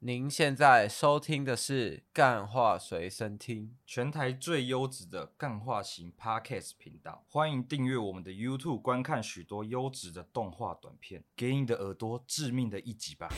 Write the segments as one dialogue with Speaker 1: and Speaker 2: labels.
Speaker 1: 您现在收听的是《干话随身听
Speaker 2: 全台最优质的干化型 Podcast 频道，欢迎订阅我们的 YouTube，观看许多优质的动画短片，给你的耳朵致命的一击吧！》。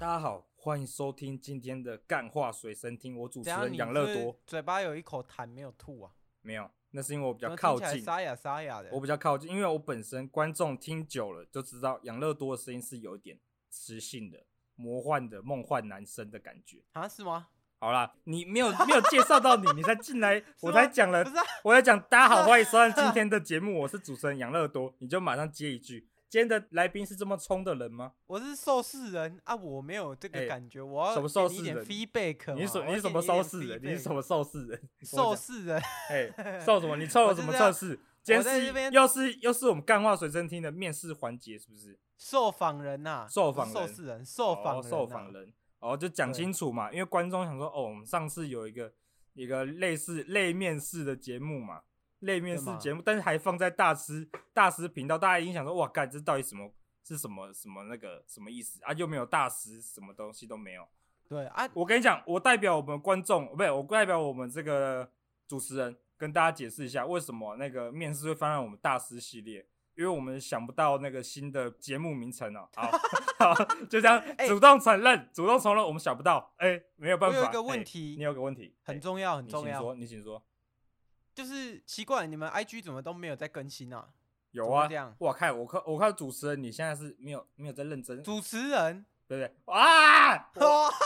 Speaker 2: 大家好，欢迎收听今天的干话随身听，我主持
Speaker 3: 怎样
Speaker 2: 人
Speaker 3: 你
Speaker 2: 养乐
Speaker 3: 是
Speaker 2: 多。
Speaker 3: 嘴巴有一口痰没有吐啊？
Speaker 2: 没有，那是因为我比
Speaker 3: 怎
Speaker 2: 较
Speaker 3: 么
Speaker 2: 靠
Speaker 3: 听起来
Speaker 2: 近，
Speaker 3: 沙哑沙哑的。
Speaker 2: 我比较靠近，因为我本身观众听久了就知道养乐多的声音是有一点磁性的、魔幻的、梦幻男生的感觉。
Speaker 3: 啊是吗？
Speaker 2: 好啦，你没有没有介绍到你，你才进来，我才讲 了
Speaker 3: 不，是啊，
Speaker 2: 我才讲大家好，欢迎收看今天的节目，我是主持人杨乐多，你就马上接一句，今天的来宾是这么冲的人吗？
Speaker 3: 我是受试人啊，我没有这
Speaker 2: 哎
Speaker 3: 个感觉，我要
Speaker 2: 什么受
Speaker 3: 给你一
Speaker 2: 试
Speaker 3: 点
Speaker 2: 人
Speaker 3: feedback 嘛。
Speaker 2: 你是什
Speaker 3: 我
Speaker 2: 你
Speaker 3: 要
Speaker 2: 是什
Speaker 3: 给
Speaker 2: 么
Speaker 3: 一点
Speaker 2: 受试人？你是什
Speaker 3: feedback
Speaker 2: 么受 试人？
Speaker 3: 受试人？
Speaker 2: 哎，受什么？你受了
Speaker 3: 我
Speaker 2: 什
Speaker 3: 知
Speaker 2: 么
Speaker 3: 道
Speaker 2: 测试？今天
Speaker 3: 我在
Speaker 2: 是
Speaker 3: 这边
Speaker 2: 又是又是我们干话随身听的面试环节，是不是？
Speaker 3: 受访人呐，
Speaker 2: 受
Speaker 3: 不是
Speaker 2: 访
Speaker 3: 受
Speaker 2: 人
Speaker 3: 试人，受访
Speaker 2: 哦
Speaker 3: 人，啊
Speaker 2: 受访。人，哦，就讲
Speaker 3: 对
Speaker 2: 清楚嘛，因为观众想说，哦，我们上次有一个一个类似类面试的节目嘛，类面试
Speaker 3: 对嘛
Speaker 2: 节目，但是还放在大师大师频道，大家一定想说，哇，干，这到底什么是什么什么那个什么意思啊？又没有大师，什么东西都没有。
Speaker 3: 对啊，
Speaker 2: 我跟你讲，我代表我们观众，不是我代表我们这个主持人跟大家解释一下，为什么那个面试会放在我们大师系列。因为我们想不到那个新的节目名 称哦、好， 好，就这样，
Speaker 3: 哎
Speaker 2: 主动承认，主动承认，我们想不到，哎、没有办
Speaker 3: 我
Speaker 2: 法。
Speaker 3: 有一个问
Speaker 2: 哎
Speaker 3: 题
Speaker 2: 你有个问题，
Speaker 3: 很
Speaker 2: 重
Speaker 3: 重要，很
Speaker 2: 你
Speaker 3: 重
Speaker 2: 请
Speaker 3: 要
Speaker 2: 说，。你请说。
Speaker 3: 就是奇怪，你们 IG 怎么都没有在更新啊？
Speaker 2: 有
Speaker 3: 怎么
Speaker 2: 啊
Speaker 3: 这样，
Speaker 2: 我看我看我看主持人，你现在是没有没有在认真，对
Speaker 3: 主持人，
Speaker 2: 不对？啊，
Speaker 3: 哇哈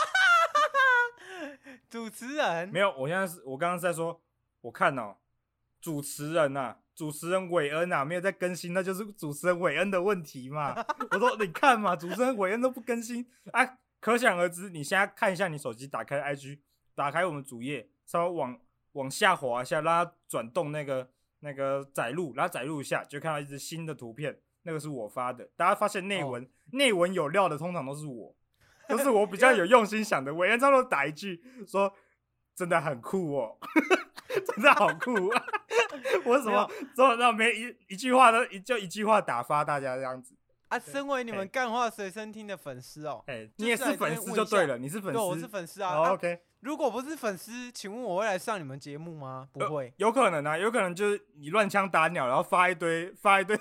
Speaker 3: 哈哈哈 主持人
Speaker 2: 没有，我现在是我刚刚是在说，我看哦，主持人呐、主持人韦恩啊呐、没有在更新，那就是主持人韦恩的问题嘛。我说你看嘛，主持人韦恩都不更新 啊，可想而知。你现在看一下你手机，打开 IG，打开我们主页，稍微往往下滑一下，让它转动那个那个载入，然后载入一下，就看到一只新的图片，那个是我发的。大家发现
Speaker 3: 哦
Speaker 2: 内文、内文有料的，通常都是我。都是 我比较有用心想的。韦恩他都打一句说：“真的很酷哦， 真的好酷、啊。”我什么怎么让没一一句话都一就一句话打发大家这样子？
Speaker 3: 啊，身为你
Speaker 2: 哎
Speaker 3: 们干话随身听的粉丝哦，
Speaker 2: 哎、
Speaker 3: 就
Speaker 2: 你也
Speaker 3: 是
Speaker 2: 是
Speaker 3: 来这
Speaker 2: 粉
Speaker 3: 边
Speaker 2: 丝
Speaker 3: 问
Speaker 2: 就
Speaker 3: 一下
Speaker 2: 对了，你是粉丝，
Speaker 3: 对，我是粉丝啊。
Speaker 2: 哦
Speaker 3: 啊
Speaker 2: OK，
Speaker 3: 如果不是粉丝，请问我会来上你们节目吗？不会。
Speaker 2: 有可能啊，有可能就是你乱枪打鸟，然后发一堆 发一堆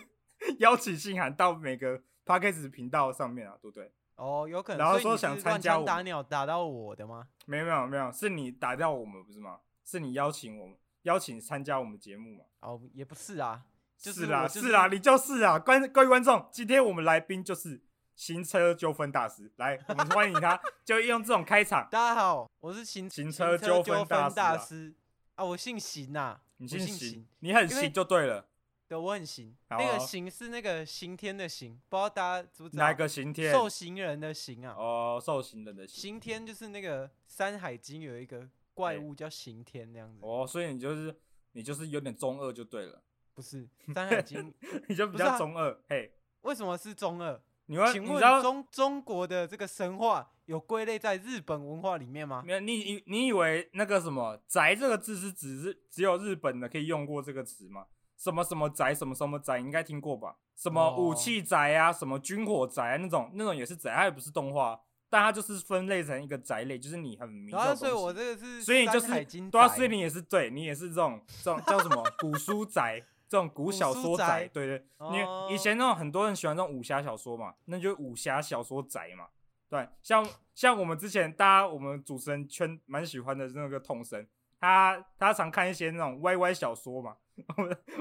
Speaker 2: 邀请信函到每个 p a c k a g e 频道上面啊，对不对？
Speaker 3: 哦，有可能。
Speaker 2: 然后
Speaker 3: 所以
Speaker 2: 说
Speaker 3: 你是
Speaker 2: 想参
Speaker 3: 乱
Speaker 2: 加
Speaker 3: 枪
Speaker 2: 我
Speaker 3: 打
Speaker 2: 们
Speaker 3: 鸟打到我的吗？
Speaker 2: 没有没有没有，是你打掉我们不是吗？是你邀请我们邀请参加我们节目嘛？
Speaker 3: 哦，也不是啊，就是
Speaker 2: 是啦，
Speaker 3: 我就是
Speaker 2: 啦，你就是啊，观各位观众，今天我们来宾就是行车纠纷大师，来，我们欢迎 他，就用这种开场。
Speaker 3: 大家好，我是行
Speaker 2: 行车
Speaker 3: 车
Speaker 2: 纠纷
Speaker 3: 纷
Speaker 2: 大师啊
Speaker 3: 大师啊，我姓邢呐、
Speaker 2: 你
Speaker 3: 我
Speaker 2: 姓
Speaker 3: 姓
Speaker 2: 行
Speaker 3: 邢，
Speaker 2: 你很
Speaker 3: 因为
Speaker 2: 行就对了。
Speaker 3: 对，我很邢。
Speaker 2: 好
Speaker 3: 那
Speaker 2: 啊
Speaker 3: 个邢是那个刑天的刑，不知道大家知不知道？
Speaker 2: 哪个刑天？
Speaker 3: 啊受刑人的刑啊？
Speaker 2: 哦，受刑人的刑。
Speaker 3: 刑天就是那个《山海经》有一个怪
Speaker 2: 哎
Speaker 3: 物叫刑天那样子，
Speaker 2: 哦，所以你就是你就是有点中二就对了，
Speaker 3: 不是《山海经》
Speaker 2: 你就比
Speaker 3: 不是
Speaker 2: 较
Speaker 3: 啊
Speaker 2: 中二。嘿，
Speaker 3: 为什么是中二？
Speaker 2: 你会
Speaker 3: 请
Speaker 2: 你知
Speaker 3: 问
Speaker 2: 道？
Speaker 3: 中中国的这个神话有归类在日本文化里面吗？
Speaker 2: 没有，你以你以为那个什么“宅”这个字是只是只有日本的可以用过这个词吗？什么什么宅，什么什么宅，你应该听过吧？什么
Speaker 3: 哦
Speaker 2: 武器宅啊，什么军火宅、啊、那种，那种也是宅，它也不是动画，啊但它就是分类成一个宅类，就是你很迷这
Speaker 3: 然
Speaker 2: 种
Speaker 3: 后，
Speaker 2: 东
Speaker 3: 所
Speaker 2: 西。
Speaker 3: 以我这个是《
Speaker 2: 所以你就
Speaker 3: 海
Speaker 2: 是
Speaker 3: 经》
Speaker 2: 对啊，所以你也是对你也是这种这种叫什 么古书宅，这种古小说
Speaker 3: 古书宅
Speaker 2: 对对。
Speaker 3: 哦
Speaker 2: 你以前那种很多人喜欢这种武侠小说嘛，那就是武侠小说宅嘛。对，像像我们之前大家我们主持人圈蛮喜欢的那个统神，他他常看一些那种 YY 小说嘛，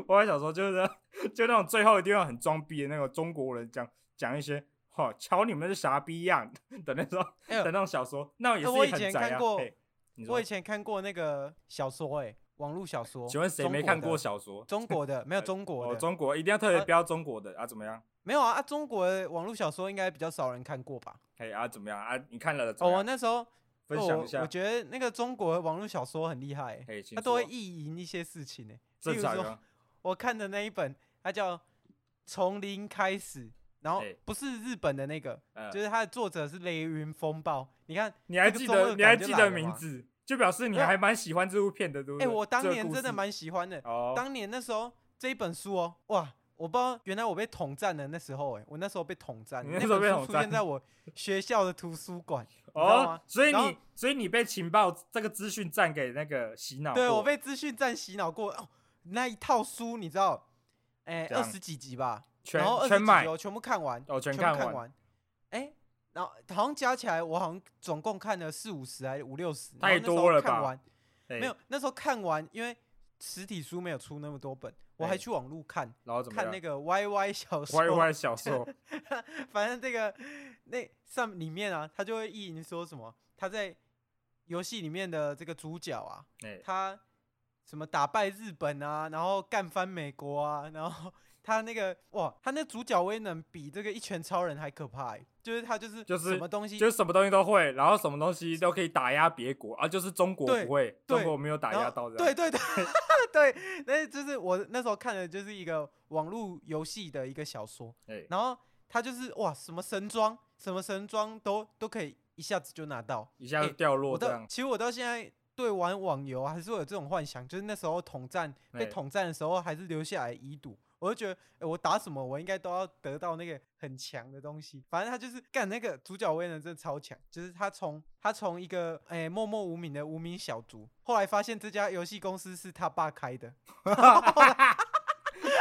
Speaker 2: 歪歪小说就是就那种最后一定要很装逼的那个中国人讲讲一些。哦，瞧你们是傻逼样的那种
Speaker 3: 哎呦
Speaker 2: 的那种小说，那也
Speaker 3: 哎我
Speaker 2: 是
Speaker 3: 以
Speaker 2: 很
Speaker 3: 前
Speaker 2: 宅啊。
Speaker 3: 看过
Speaker 2: 嘿你说
Speaker 3: 我以前看过那个小说、欸，哎，网络小说。
Speaker 2: 请问谁
Speaker 3: 中
Speaker 2: 没
Speaker 3: 国
Speaker 2: 看过
Speaker 3: 的？
Speaker 2: 小说？
Speaker 3: 中国的没有中国
Speaker 2: 哦，
Speaker 3: 的，
Speaker 2: 中国一定要特别
Speaker 3: 啊
Speaker 2: 标中国的啊？怎么样？
Speaker 3: 没有啊啊！中国的网络小说应该比较少人看过吧？
Speaker 2: 哎啊，怎么样啊？你看了怎
Speaker 3: 哦，
Speaker 2: 么
Speaker 3: 我
Speaker 2: 样？
Speaker 3: 那时候
Speaker 2: 分
Speaker 3: 哦
Speaker 2: 享
Speaker 3: 我
Speaker 2: 一下
Speaker 3: 我。觉得那个中国的网络小说很厉害、欸，
Speaker 2: 哎，请
Speaker 3: 它都会
Speaker 2: 说
Speaker 3: 意淫一些事情呢、欸。例
Speaker 2: 正
Speaker 3: 如
Speaker 2: 常
Speaker 3: 说
Speaker 2: 啊。
Speaker 3: 我看的那一本，它叫《从零开始》，然后
Speaker 2: 哎
Speaker 3: 不是日本的那个，
Speaker 2: 嗯
Speaker 3: 就是它的作者是雷云风暴。你看，
Speaker 2: 你还
Speaker 3: 这个
Speaker 2: 记
Speaker 3: 中
Speaker 2: 得
Speaker 3: 二
Speaker 2: 你还
Speaker 3: 感就
Speaker 2: 记
Speaker 3: 来
Speaker 2: 得
Speaker 3: 了
Speaker 2: 名
Speaker 3: 嘛
Speaker 2: 字，就表示你
Speaker 3: 没有
Speaker 2: 还蛮喜欢这部片的，对不
Speaker 3: 哎、
Speaker 2: 对？
Speaker 3: 我当
Speaker 2: 这个
Speaker 3: 年
Speaker 2: 故
Speaker 3: 真的
Speaker 2: 事
Speaker 3: 蛮喜欢的。
Speaker 2: 哦，
Speaker 3: 当年那时候这一本书哦，哇，我不知道，原来我被统战了。那时候、欸，哎，我那时候被统战，
Speaker 2: 你
Speaker 3: 那
Speaker 2: 那时候
Speaker 3: 本
Speaker 2: 被
Speaker 3: 书
Speaker 2: 统
Speaker 3: 出
Speaker 2: 战
Speaker 3: 现在我学校的图书馆。你知道
Speaker 2: 哦
Speaker 3: 吗，
Speaker 2: 所以
Speaker 3: 然后
Speaker 2: 你所以你被情报这个资讯站给那个洗脑过，
Speaker 3: 对我被资讯战洗脑过哦，那一套书你知道，哎、
Speaker 2: 怎
Speaker 3: 二
Speaker 2: 样
Speaker 3: 十几集吧，
Speaker 2: 全
Speaker 3: 然后二十
Speaker 2: 全
Speaker 3: 几
Speaker 2: 买
Speaker 3: 集我全部看完，
Speaker 2: 哦全
Speaker 3: 全部
Speaker 2: 看
Speaker 3: 看
Speaker 2: 完
Speaker 3: 完，哎、然后好像加起来我好像总共看了四五十还是五六十，然
Speaker 2: 太
Speaker 3: 后那时候
Speaker 2: 多了吧
Speaker 3: 看完
Speaker 2: 哎
Speaker 3: 没有，那时候看完，因为实体书没有出那么多本，我还
Speaker 2: 哎
Speaker 3: 去网络看。
Speaker 2: 然后怎么
Speaker 3: 看那
Speaker 2: 样？
Speaker 3: 个 YY 小说
Speaker 2: 歪 歪小说，
Speaker 3: 反正这个那上里面啊，他就会意淫说什么他在游戏里面的这个主角啊，
Speaker 2: 哎，
Speaker 3: 他什么打败日本啊，然后干翻美国啊，然后他那个哇，他那主角威能比这个一拳超人还可怕、欸，就是他就是
Speaker 2: 就是
Speaker 3: 什么东西，
Speaker 2: 就是什么东西都会，然后什么东西都可以打压别国啊，就是中国
Speaker 3: 对
Speaker 2: 不会，
Speaker 3: 对
Speaker 2: 中国没有打
Speaker 3: 然
Speaker 2: 压
Speaker 3: 后
Speaker 2: 到的，
Speaker 3: 对对对对， 那就是我那时候看的就是一个网络游戏的一个小说，
Speaker 2: 哎，
Speaker 3: 然后他就是哇，什么神装，什么神装都都可以一下子就拿到。
Speaker 2: 一下
Speaker 3: 哎
Speaker 2: 就掉落
Speaker 3: 我
Speaker 2: 这
Speaker 3: 到
Speaker 2: 样，
Speaker 3: 其实我到现在对玩网游啊还是会有这种幻想，就是那时候统战被
Speaker 2: 哎
Speaker 3: 统战的时候，还是留下来遗毒。我就觉得，哎，我打什么，我应该都要得到那个很强的东西。反正他就是干那个主角威能真的超强，就是他从他从一个哎默默无名的无名小卒，后来发现这家游戏公司是他爸开的，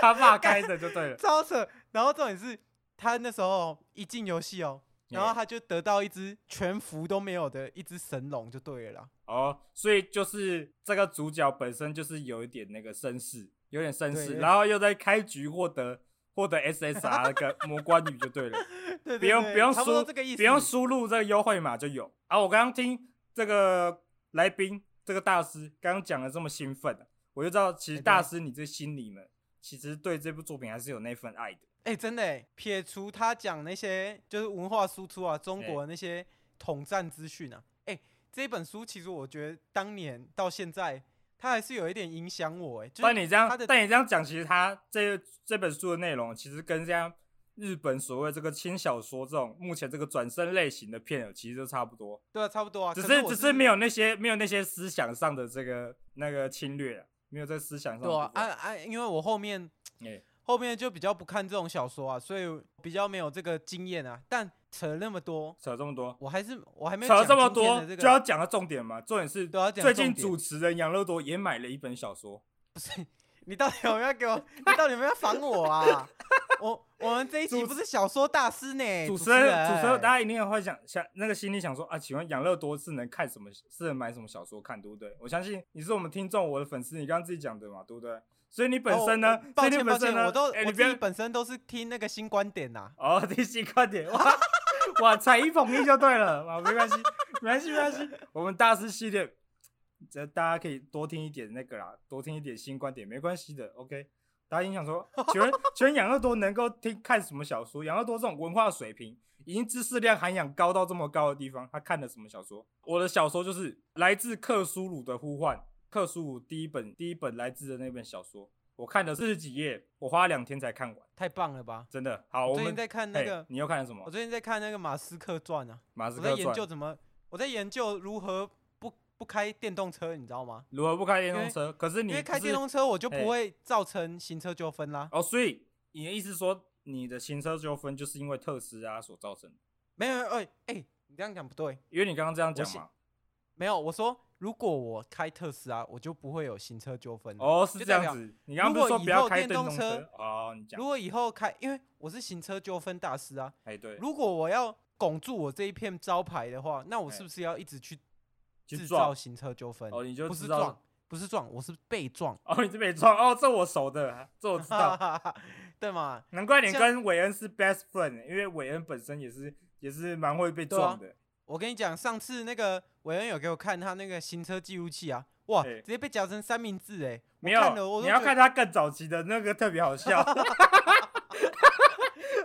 Speaker 2: 他爸开的就 对了，
Speaker 3: 超扯。然后重点是他那时候一进游戏哦，然后
Speaker 2: 哎
Speaker 3: 他就得到一只全服都没有的一只神龙就对了啦。
Speaker 2: 哦，所以就是这个主角本身就是有一点那个绅士，有点绅士，
Speaker 3: 对
Speaker 2: 然后又在开局获得获得 SSR 那个魔关羽就对了，
Speaker 3: 对对
Speaker 2: 不用
Speaker 3: 对
Speaker 2: 不用
Speaker 3: 差不多
Speaker 2: 输
Speaker 3: 这个意思，
Speaker 2: 不用输入这个优惠码就有啊。我刚刚听这个来宾这个大师刚刚讲的这么兴奋啊，我就知道其实
Speaker 3: 哎对
Speaker 2: 大师你这心里面其实对这部作品还是有那份爱的。
Speaker 3: 哎、真的、欸，撇除他讲那些就是文化输出啊，中
Speaker 2: 哎
Speaker 3: 国的那些统战资讯啊，哎、这本书其实我觉得当年到现在，它还是有一点影响我、欸，哎，就
Speaker 2: 但
Speaker 3: 是
Speaker 2: 你这样
Speaker 3: 他的，
Speaker 2: 但你这样讲，其实他这这本书的内容，其实跟这样日本所谓这个轻小说这种目前这个转身类型的片，其实都差不多，
Speaker 3: 对啊，差不多啊，
Speaker 2: 只
Speaker 3: 可
Speaker 2: 是
Speaker 3: 我
Speaker 2: 只
Speaker 3: 是
Speaker 2: 是没有那些没有那些思想上的这个那个侵略啊，没有在思想上的
Speaker 3: 对啊
Speaker 2: 部，
Speaker 3: 啊
Speaker 2: 分。
Speaker 3: 啊，因为我后面
Speaker 2: 哎
Speaker 3: 后面就比较不看这种小说啊，所以比较没有这个经验啊，但扯那么多。
Speaker 2: 扯这么多，
Speaker 3: 我还是我还没有
Speaker 2: 扯了
Speaker 3: 讲
Speaker 2: 这么
Speaker 3: 今天
Speaker 2: 多
Speaker 3: 的这，个
Speaker 2: 就要讲到重点嘛。重点是
Speaker 3: 对啊讲
Speaker 2: 最近
Speaker 3: 重点
Speaker 2: 主持人杨乐多也买了一本小说，
Speaker 3: 你到底有没有给我？你到底有没有防我啊？ 我我们这一集
Speaker 2: 主
Speaker 3: 不是小说大师呢，
Speaker 2: 主
Speaker 3: 主
Speaker 2: 持人主
Speaker 3: 主
Speaker 2: 持人大家一定也会想想那个心里想说啊，请问养乐多是能看什么，是能买什么小说看，对不对？我相信你是我们听众，我的粉丝，你刚刚自己讲的嘛，对不对？所以你本身呢
Speaker 3: 哦，
Speaker 2: 所
Speaker 3: 抱
Speaker 2: 以你
Speaker 3: 歉
Speaker 2: 本
Speaker 3: 抱
Speaker 2: 身
Speaker 3: 歉，
Speaker 2: 呢，
Speaker 3: 我都、
Speaker 2: 哎，
Speaker 3: 我
Speaker 2: 你不
Speaker 3: 自
Speaker 2: 要
Speaker 3: 己本身都是听那个新观点啊呐、
Speaker 2: 哦， 第七观点哇 哇，才一捧一就对了， 啊，没关系，没关系，没关系，我们大师系列，这大家可以多听一点那个啦，多听一点新观点，没关系的，OK。大家心想说， 请问请问养乐多能够听看什么小说？养乐多这种文化水平，已经知识量涵养高到这么高的地方，他看了什么小说？我的小说就是来自克苏鲁的呼唤，克苏鲁第一本第一本来自的那本小说，我看了四十几页，我花两天才看完，
Speaker 3: 太棒了吧！
Speaker 2: 真的好。哦我
Speaker 3: 最
Speaker 2: 们
Speaker 3: 近在看那
Speaker 2: 嘿
Speaker 3: 个，
Speaker 2: 哎你又看了什
Speaker 3: 我
Speaker 2: 么？
Speaker 3: 最近在看那个马斯克传啊，
Speaker 2: 马斯
Speaker 3: 我在
Speaker 2: 克
Speaker 3: 研
Speaker 2: 传
Speaker 3: 究怎么，我在研究如何不不开电动车，你知道吗？
Speaker 2: 如何不开电
Speaker 3: 因
Speaker 2: 动
Speaker 3: 为
Speaker 2: 车？可是你
Speaker 3: 因为
Speaker 2: 不
Speaker 3: 开电
Speaker 2: 是哎
Speaker 3: 动车我就
Speaker 2: 嘿
Speaker 3: 不会造成行车纠纷啦。
Speaker 2: 哦，所以你的意思说你的行车纠纷就是因为特斯拉所造成的？
Speaker 3: 没有，哎、哎、你这样讲不对，
Speaker 2: 因为你刚刚这样讲
Speaker 3: 我
Speaker 2: 嘛？
Speaker 3: 没有，我说如果我开特斯拉，我就不会有行车纠纷了。
Speaker 2: 哦，是
Speaker 3: 就
Speaker 2: 这
Speaker 3: 代
Speaker 2: 样
Speaker 3: 表
Speaker 2: 子。你刚刚不
Speaker 3: 如
Speaker 2: 是
Speaker 3: 果
Speaker 2: 说
Speaker 3: 以
Speaker 2: 不要
Speaker 3: 后
Speaker 2: 开
Speaker 3: 电
Speaker 2: 电
Speaker 3: 动
Speaker 2: 动
Speaker 3: 车
Speaker 2: 车？哦，你讲
Speaker 3: 如，果以后开，因为我是行车纠纷大师啊，
Speaker 2: 哎对，
Speaker 3: 如果我要拱住我这一片招牌的话，那我
Speaker 2: 哎
Speaker 3: 是不是要一直去
Speaker 2: 去
Speaker 3: 制
Speaker 2: 撞
Speaker 3: 造行车纠纷？
Speaker 2: 哦你就
Speaker 3: 不
Speaker 2: 制
Speaker 3: 是
Speaker 2: 造
Speaker 3: 撞，不是撞，我是被撞，
Speaker 2: 哦，你这边也撞哦，这我熟的，这我 知道。
Speaker 3: 对嘛？
Speaker 2: 难怪你
Speaker 3: 像
Speaker 2: 跟韦恩是 best friend，因为韦恩本身也是也是蛮会被
Speaker 3: 对啊
Speaker 2: 撞的。
Speaker 3: 我跟你讲，上次那个韦恩有给我看他那个行车记录器啊，哇，
Speaker 2: 哎
Speaker 3: 直接被夹成三明治哎、我
Speaker 2: 没有
Speaker 3: 看了，我都
Speaker 2: 你要
Speaker 3: 觉
Speaker 2: 看
Speaker 3: 得
Speaker 2: 他更早期的那个特别好笑，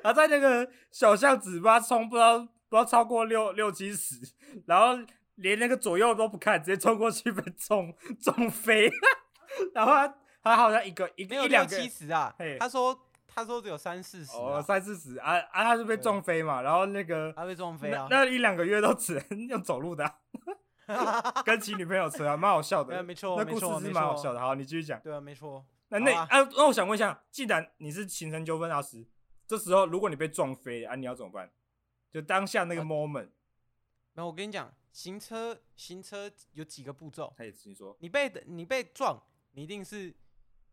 Speaker 2: 他在那个小巷子吧冲，不知道不知道超过六六七十，然后连那个左右都不看，直接冲过去被冲冲飞， 然后他他好像一个一
Speaker 3: 没
Speaker 2: 个
Speaker 3: 有六
Speaker 2: 一两个
Speaker 3: 七十啊
Speaker 2: 嘿，
Speaker 3: 他说他说只有三四十、
Speaker 2: 哦
Speaker 3: 啊，
Speaker 2: 三四十啊啊他是被撞飞嘛，然后那个
Speaker 3: 他被撞飞
Speaker 2: 那
Speaker 3: 啊，
Speaker 2: 那一两个月都只能 用走路的啊、跟骑女朋友车啊，蛮好笑
Speaker 3: 对啊，
Speaker 2: 的。
Speaker 3: 没错，
Speaker 2: 那
Speaker 3: 没
Speaker 2: 故
Speaker 3: 错，
Speaker 2: 事是
Speaker 3: 没
Speaker 2: 蛮好
Speaker 3: 错，
Speaker 2: 笑的，好，你继续讲。
Speaker 3: 对啊，没错。
Speaker 2: 那那
Speaker 3: 好啊
Speaker 2: 啊，那我想问一下，既然你是形成纠纷大师，这时候如果你被撞飞了啊，你要怎么办？就当下那个
Speaker 3: 啊
Speaker 2: moment，
Speaker 3: 然后我跟你讲，行车行车有几个步骤，
Speaker 2: 他也直接说，
Speaker 3: 你被你被撞，你一定是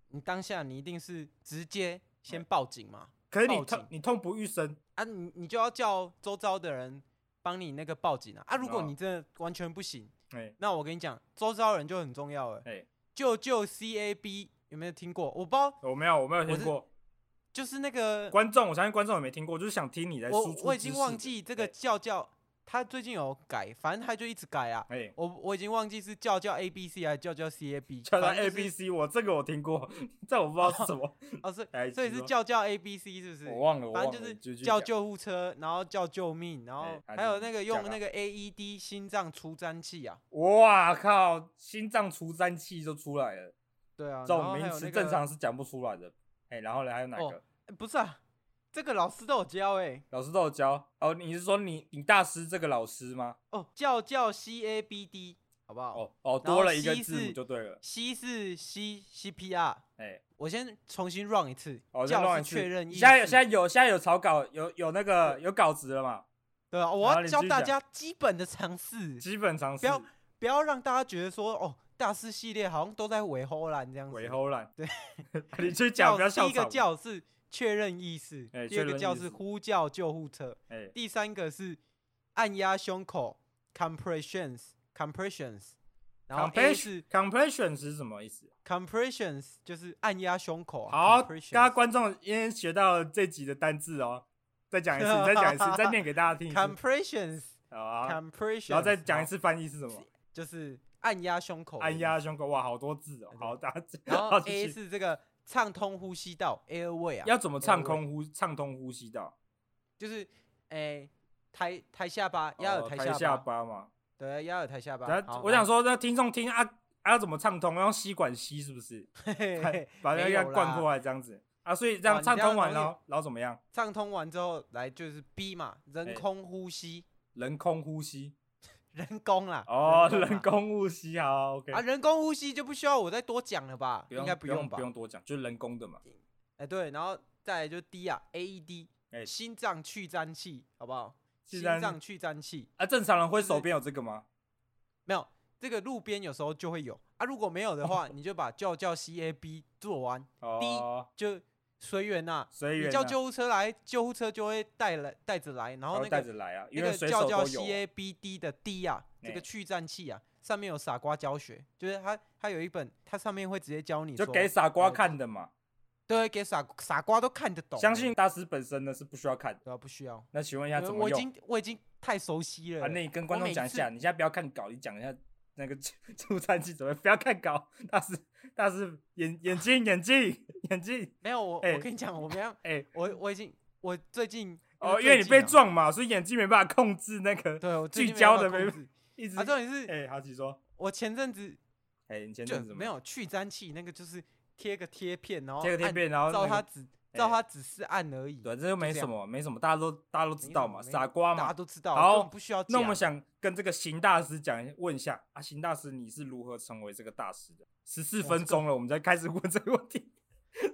Speaker 3: 你当下你一定是直接先报警嘛，
Speaker 2: 可是你
Speaker 3: 报
Speaker 2: 痛
Speaker 3: 警
Speaker 2: 你痛不欲生，
Speaker 3: 啊，你你就要叫周遭的人帮你那个报警啊啊！如果
Speaker 2: 哦
Speaker 3: 你真的完全不行，
Speaker 2: 哎
Speaker 3: 那我跟你讲，周遭人就很重要了。
Speaker 2: 哎，
Speaker 3: 救救 CAB 有没有听过？我不知道，
Speaker 2: 我没有我没有
Speaker 3: 我
Speaker 2: 听
Speaker 3: 是
Speaker 2: 过，
Speaker 3: 就是那个
Speaker 2: 观众我相信观众也没听过，就是想听你来
Speaker 3: 我
Speaker 2: 输出
Speaker 3: 我已经
Speaker 2: 知识
Speaker 3: 忘
Speaker 2: 的
Speaker 3: 记这个教教，他最近有改，反正他就一直改啊。
Speaker 2: 哎，哎
Speaker 3: 我我已经忘记是教教 A B C 还是教教 C A B，
Speaker 2: 叫他
Speaker 3: 反正
Speaker 2: A
Speaker 3: 就是
Speaker 2: B C，我这个我听过，这我不知道是什么，
Speaker 3: 哦，是
Speaker 2: 哎
Speaker 3: 所以
Speaker 2: 请
Speaker 3: 是
Speaker 2: 说
Speaker 3: 叫叫 A B C 是不是？
Speaker 2: 我忘了，我
Speaker 3: 反
Speaker 2: 忘
Speaker 3: 正就
Speaker 2: 了，你继
Speaker 3: 是
Speaker 2: 续
Speaker 3: 叫
Speaker 2: 讲
Speaker 3: 救护车，然后叫救命，然后
Speaker 2: 哎啊
Speaker 3: 还有
Speaker 2: 你
Speaker 3: 那个
Speaker 2: 讲
Speaker 3: 用
Speaker 2: 啊
Speaker 3: 那个 AED 心脏除粘器啊，
Speaker 2: 哇靠，心脏除粘器就出来了，
Speaker 3: 对啊，
Speaker 2: 这
Speaker 3: 然
Speaker 2: 种
Speaker 3: 后还
Speaker 2: 名
Speaker 3: 有
Speaker 2: 词
Speaker 3: 那
Speaker 2: 正
Speaker 3: 个
Speaker 2: 常是讲不出来的。哎、然后呢，还有哪
Speaker 3: 哦
Speaker 2: 个？
Speaker 3: 哎不是啊，这个老师都有教哎、
Speaker 2: 老师都有教哦。你是说你你大师这个老师吗？
Speaker 3: 哦，叫叫 C A B D 好不好？
Speaker 2: 哦哦，
Speaker 3: 然
Speaker 2: 多
Speaker 3: 后
Speaker 2: 了一个
Speaker 3: C
Speaker 2: 字母
Speaker 3: 是
Speaker 2: 就对了。
Speaker 3: C 是 C C P R，
Speaker 2: 哎、
Speaker 3: 我先重新 run 一次，
Speaker 2: 哦，再
Speaker 3: 叫
Speaker 2: 乱
Speaker 3: 是确认意识，
Speaker 2: 现在有现在有现在有草稿，有有那个有稿子了嘛？
Speaker 3: 对啊，
Speaker 2: 然
Speaker 3: 我
Speaker 2: 后
Speaker 3: 要
Speaker 2: 你
Speaker 3: 教
Speaker 2: 继续
Speaker 3: 大
Speaker 2: 讲
Speaker 3: 家基本的常识，
Speaker 2: 基本常识
Speaker 3: 不，要不要让大家觉得说哦，大师系列好像都在维护啦，你这样子。
Speaker 2: 尾后烂。
Speaker 3: 对，
Speaker 2: 你去讲，
Speaker 3: 叫
Speaker 2: 不要笑
Speaker 3: 第一个
Speaker 2: 场。
Speaker 3: 叫是确认意识，
Speaker 2: 哎
Speaker 3: 第二
Speaker 2: 确认
Speaker 3: 个
Speaker 2: 意
Speaker 3: 叫是
Speaker 2: 识
Speaker 3: 呼叫救护车，
Speaker 2: 哎、
Speaker 3: 第三个是按压胸口 compressions compressions，然后 A 是
Speaker 2: compression compression 是什么意思？
Speaker 3: compressions 就是按压胸口啊。c o
Speaker 2: 好，
Speaker 3: m p r e
Speaker 2: 刚
Speaker 3: s s i o n
Speaker 2: 刚观众今天学到了这集的单字哦，再讲 一次，再讲一次，再念给大家听一
Speaker 3: s
Speaker 2: 次，
Speaker 3: compressions
Speaker 2: 好啊，
Speaker 3: compressions，
Speaker 2: 然后再讲一，次翻译是什么？
Speaker 3: 就是按压胸口，
Speaker 2: 按。压胸口，哇，好多字哦，
Speaker 3: 哦对
Speaker 2: 好，大家记
Speaker 3: 然后
Speaker 2: 好继
Speaker 3: A
Speaker 2: 续
Speaker 3: 是这个畅通呼吸道 airway 啊，
Speaker 2: 要怎么畅空呼畅通呼吸道？
Speaker 3: 就是诶抬抬下巴，要有
Speaker 2: 哦
Speaker 3: 抬
Speaker 2: 抬
Speaker 3: 下
Speaker 2: 下，巴嘛。
Speaker 3: 对，要有抬下巴
Speaker 2: 然。
Speaker 3: 好
Speaker 2: 后我想，
Speaker 3: 好
Speaker 2: 说，那听众听啊啊要怎么畅通？要用吸管吸是 不是？
Speaker 3: 嘿嘿
Speaker 2: 把
Speaker 3: 嘿
Speaker 2: 把那
Speaker 3: 没
Speaker 2: 个
Speaker 3: 有
Speaker 2: 灌
Speaker 3: 啦
Speaker 2: 过来这样子啊，所以这
Speaker 3: 哇
Speaker 2: 样
Speaker 3: 你
Speaker 2: 畅
Speaker 3: 这样
Speaker 2: 通完
Speaker 3: 容易
Speaker 2: 了，然后怎么样？
Speaker 3: 畅通完之后，来就是 B 嘛，
Speaker 2: 哎
Speaker 3: 人工呼吸，
Speaker 2: 人工呼吸
Speaker 3: 人工啦。
Speaker 2: 哦，
Speaker 3: 啦
Speaker 2: 人工呼吸好，OK
Speaker 3: 啊，。人工呼吸就不需要我再多讲了吧？
Speaker 2: 不
Speaker 3: 应
Speaker 2: 用
Speaker 3: 该
Speaker 2: 不
Speaker 3: 用吧
Speaker 2: 不？用多讲，就是人工的嘛。
Speaker 3: 哎，对，然后再来就 D 啊，AED，
Speaker 2: 哎
Speaker 3: 心脏去粘器，好不好？
Speaker 2: 去
Speaker 3: 心
Speaker 2: 粘
Speaker 3: 脏去粘器
Speaker 2: 啊，正常人会
Speaker 3: 就是
Speaker 2: 手边有这个吗？
Speaker 3: 没有，这个路边有时候就会有啊。如果没有的 话，你就把叫叫 CAB 做完，
Speaker 2: 哦，
Speaker 3: 就随缘呐。
Speaker 2: 随缘啊
Speaker 3: 你叫救护车来，救护车就会带来带着来，然
Speaker 2: 他
Speaker 3: 后
Speaker 2: 会
Speaker 3: 那
Speaker 2: 带
Speaker 3: 个
Speaker 2: 着来啊，
Speaker 3: 那
Speaker 2: 因为
Speaker 3: 个
Speaker 2: 随
Speaker 3: 叫
Speaker 2: 手
Speaker 3: 叫
Speaker 2: 都有
Speaker 3: C
Speaker 2: 啊。
Speaker 3: A B D 的 D 啊，这
Speaker 2: 哎
Speaker 3: 个去颤器啊，上面有傻瓜教学，就是它它有一本，它上面会直接教你
Speaker 2: 就
Speaker 3: 说
Speaker 2: 给傻瓜
Speaker 3: 呃
Speaker 2: 看的嘛。
Speaker 3: 对，给傻傻瓜都看得懂欸，
Speaker 2: 相信大师本身呢是不需要看的。
Speaker 3: 对啊，不需要，
Speaker 2: 那请问一下
Speaker 3: 因为
Speaker 2: 怎
Speaker 3: 我
Speaker 2: 么
Speaker 3: 已
Speaker 2: 用
Speaker 3: 经我已经太熟悉了
Speaker 2: 啊？
Speaker 3: 欸，
Speaker 2: 那你跟观
Speaker 3: 我
Speaker 2: 众
Speaker 3: 每
Speaker 2: 讲一
Speaker 3: 次
Speaker 2: 下，你现在不要看稿，你讲一下那个 助餐器怎么样，不要看稿，大师大师眼眼睛眼睛 眼睛，
Speaker 3: 没有我
Speaker 2: 哎
Speaker 3: 我跟你讲，我没有，
Speaker 2: 哎
Speaker 3: 我我已经我最近
Speaker 2: 哦，因为
Speaker 3: 是
Speaker 2: 你被，
Speaker 3: 最近啊
Speaker 2: 撞嘛，所以眼睛没办法控制那个，
Speaker 3: 对我最
Speaker 2: 聚
Speaker 3: 近
Speaker 2: 焦
Speaker 3: 办
Speaker 2: 的
Speaker 3: 法控
Speaker 2: 没
Speaker 3: 制
Speaker 2: 一直
Speaker 3: 啊，重点是
Speaker 2: 哎，好奇说，
Speaker 3: 我前阵子
Speaker 2: 哎，你前
Speaker 3: 就
Speaker 2: 阵子怎么
Speaker 3: 没有去粘器，那个就是贴个贴片，然后
Speaker 2: 贴个贴
Speaker 3: 按
Speaker 2: 片然后
Speaker 3: 照
Speaker 2: 那个
Speaker 3: 它只照
Speaker 2: 哎
Speaker 3: 它只是按而已，
Speaker 2: 对，这又没
Speaker 3: 这
Speaker 2: 什
Speaker 3: 样
Speaker 2: 么没什么，大家都大家都
Speaker 3: 没
Speaker 2: 知
Speaker 3: 什
Speaker 2: 道
Speaker 3: 么
Speaker 2: 嘛，
Speaker 3: 没
Speaker 2: 傻
Speaker 3: 什么
Speaker 2: 瓜
Speaker 3: 大
Speaker 2: 嘛
Speaker 3: 家。都知道，
Speaker 2: 好
Speaker 3: 根本不需要讲。
Speaker 2: 那我们想跟这个邢大师讲一问一下啊，邢大师你是如何成为这个大师的？十四
Speaker 3: 哇
Speaker 2: 分
Speaker 3: 哦这个
Speaker 2: 钟了，我们才开始问这个问题。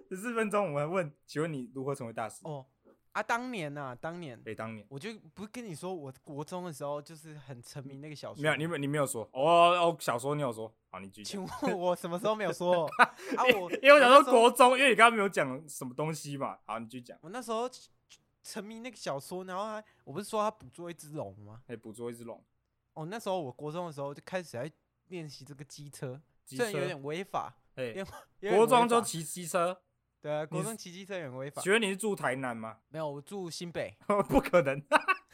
Speaker 2: 十四分钟，我们问，请问你如何成为大师？
Speaker 3: 哦啊，当年呐、当年
Speaker 2: 哎、当年
Speaker 3: 我就不是跟你说，我国中的时候就是很沉迷那个小说。
Speaker 2: 没有，你没有你没有说哦哦，小说你有说，好，你继续
Speaker 3: 请
Speaker 2: 讲。
Speaker 3: 问我什么时候没有 说？啊，我
Speaker 2: 因
Speaker 3: 那
Speaker 2: 为我想说
Speaker 3: 时候
Speaker 2: 国中，因为你刚刚没有讲什么东西嘛，好，你继续讲。
Speaker 3: 我那时候沉迷那个小说，然后还我不是说他捕捉一只龙吗？
Speaker 2: 哎、捕捉一只龙，
Speaker 3: 哦，那时候我国中的时候就开始在练习这个机车，
Speaker 2: 机
Speaker 3: 虽然有
Speaker 2: 车
Speaker 3: 点违法，
Speaker 2: 哎、
Speaker 3: 因为有点
Speaker 2: 国中
Speaker 3: 违
Speaker 2: 就
Speaker 3: 法
Speaker 2: 骑机车，
Speaker 3: 对啊，国
Speaker 2: 你是
Speaker 3: 中骑机车有点违法。
Speaker 2: 请问你是住台南吗？哦
Speaker 3: 没有，我住新北，
Speaker 2: 不可能，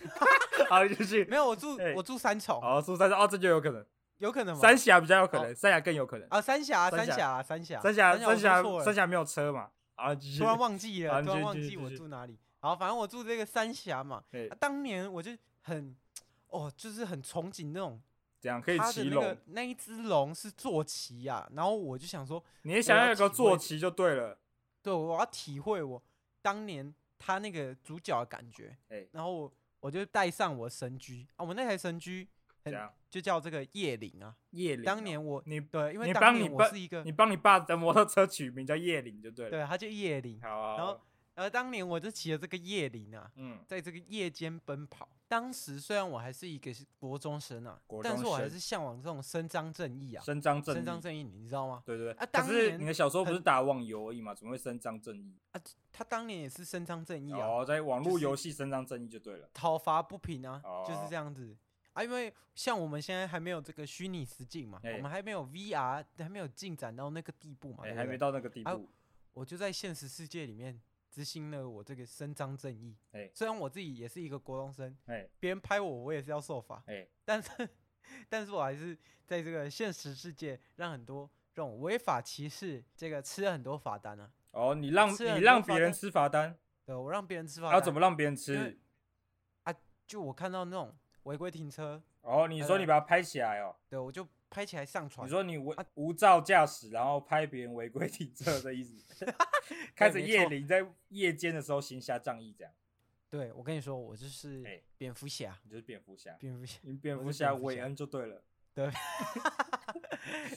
Speaker 2: 好，你继续。
Speaker 3: 没有，我住
Speaker 2: 哎
Speaker 3: 我住三重，
Speaker 2: 好，住三峡哦，这就有可能，
Speaker 3: 有可能吗？
Speaker 2: 三峡比较有可
Speaker 3: 好
Speaker 2: 能，三峡更有可能。
Speaker 3: 啊，三峡，
Speaker 2: 三
Speaker 3: 三
Speaker 2: 峡
Speaker 3: 峡，三峡，
Speaker 2: 三峡三
Speaker 3: 我
Speaker 2: 峡
Speaker 3: 说错了欸
Speaker 2: 三峡没有车嘛？啊，继续
Speaker 3: 突然忘记
Speaker 2: 好
Speaker 3: 了，
Speaker 2: 你
Speaker 3: 突然
Speaker 2: 继续
Speaker 3: 忘
Speaker 2: 继续
Speaker 3: 记
Speaker 2: 继
Speaker 3: 我
Speaker 2: 续
Speaker 3: 住哪里。好，反正我住这个三峡嘛。
Speaker 2: 哎
Speaker 3: 啊当年我就很，哦，就是很憧憬那种
Speaker 2: 这样可以
Speaker 3: 他的
Speaker 2: 骑
Speaker 3: 那
Speaker 2: 龙，
Speaker 3: 个那一只龙是坐骑呀，然后我就想说，
Speaker 2: 你也想要有个
Speaker 3: 我要体会
Speaker 2: 坐骑就对了。
Speaker 3: 对，我要体会我当年他那个主角的感觉。
Speaker 2: 哎
Speaker 3: 然后我我就带上我神驹啊，我那台神驹很
Speaker 2: 怎样？
Speaker 3: 就叫这个叶灵啊。
Speaker 2: 叶灵哦、
Speaker 3: 当年我
Speaker 2: 你
Speaker 3: 对，因为
Speaker 2: 你
Speaker 3: 当
Speaker 2: 帮
Speaker 3: 年
Speaker 2: 你
Speaker 3: 我
Speaker 2: 爸
Speaker 3: 是一个
Speaker 2: 你帮你爸的摩托车取名叫叶灵就对了。
Speaker 3: 对，他就叶灵。
Speaker 2: 好啊、
Speaker 3: 然后
Speaker 2: 好啊
Speaker 3: 而当年我就骑了这个叶灵啊，
Speaker 2: 嗯，
Speaker 3: 在这个夜间奔跑。当时虽然我还是一个是国中生啊，
Speaker 2: 国
Speaker 3: 但
Speaker 2: 中
Speaker 3: 是我还
Speaker 2: 生
Speaker 3: 是向往这种伸张正义啊，
Speaker 2: 伸张正义，
Speaker 3: 伸张正义，你知道吗？
Speaker 2: 对对对。
Speaker 3: 啊
Speaker 2: 可
Speaker 3: 当
Speaker 2: 是
Speaker 3: 年
Speaker 2: 你的小说不
Speaker 3: 很
Speaker 2: 是打网游而已嘛？怎么会伸张正义？
Speaker 3: 啊，他当年也是伸张正义啊，
Speaker 2: 哦，在网
Speaker 3: 就
Speaker 2: 络
Speaker 3: 是
Speaker 2: 游戏伸张正义就对了。
Speaker 3: 讨伐不平啊，就是
Speaker 2: 哦
Speaker 3: 这样子啊。因为像我们现在还没有这个虚拟实境嘛，
Speaker 2: 哎
Speaker 3: 我们还没有 VR，还没有进展到那个地步嘛，
Speaker 2: 哎、
Speaker 3: 对不
Speaker 2: 还没
Speaker 3: 对
Speaker 2: 到那个地
Speaker 3: 啊
Speaker 2: 步。
Speaker 3: 我就在现实世界里面执行了我这个伸张正义。
Speaker 2: 哎
Speaker 3: 虽然我自己也是一个国中生，
Speaker 2: 哎
Speaker 3: 别人拍我，我也是要受罚，
Speaker 2: 哎
Speaker 3: 但是但是我还是在这个现实世界让很多这种违法歧视这个吃了很多罚单啊。
Speaker 2: 哦，你让
Speaker 3: 吃了
Speaker 2: 你
Speaker 3: 很
Speaker 2: 让
Speaker 3: 多罚
Speaker 2: 别人
Speaker 3: 单
Speaker 2: 吃罚单，
Speaker 3: 对，我让别人吃罚
Speaker 2: 要、
Speaker 3: 单，
Speaker 2: 怎么让别人
Speaker 3: 因为
Speaker 2: 吃？
Speaker 3: 就我看到那种违规停车，
Speaker 2: 哦，你
Speaker 3: 那
Speaker 2: 说
Speaker 3: 个
Speaker 2: 你把它拍起来哦，
Speaker 3: 对我就拍起来上传。
Speaker 2: 你说你无
Speaker 3: 啊
Speaker 2: 无照驾驶，然后拍别人违规停车的 意思， 开始
Speaker 3: 没
Speaker 2: 夜
Speaker 3: 错
Speaker 2: 里在夜间的时候行侠仗义这样，
Speaker 3: 对，我跟你说，我就
Speaker 2: 哎
Speaker 3: 是蝙蝠侠，
Speaker 2: 你就是蝙蝠侠，
Speaker 3: 蝙蝠 侠。
Speaker 2: 你蝙
Speaker 3: 我
Speaker 2: 蝠
Speaker 3: 是
Speaker 2: 侠
Speaker 3: 蝙蝠
Speaker 2: 韦
Speaker 3: 侠
Speaker 2: 恩就对了。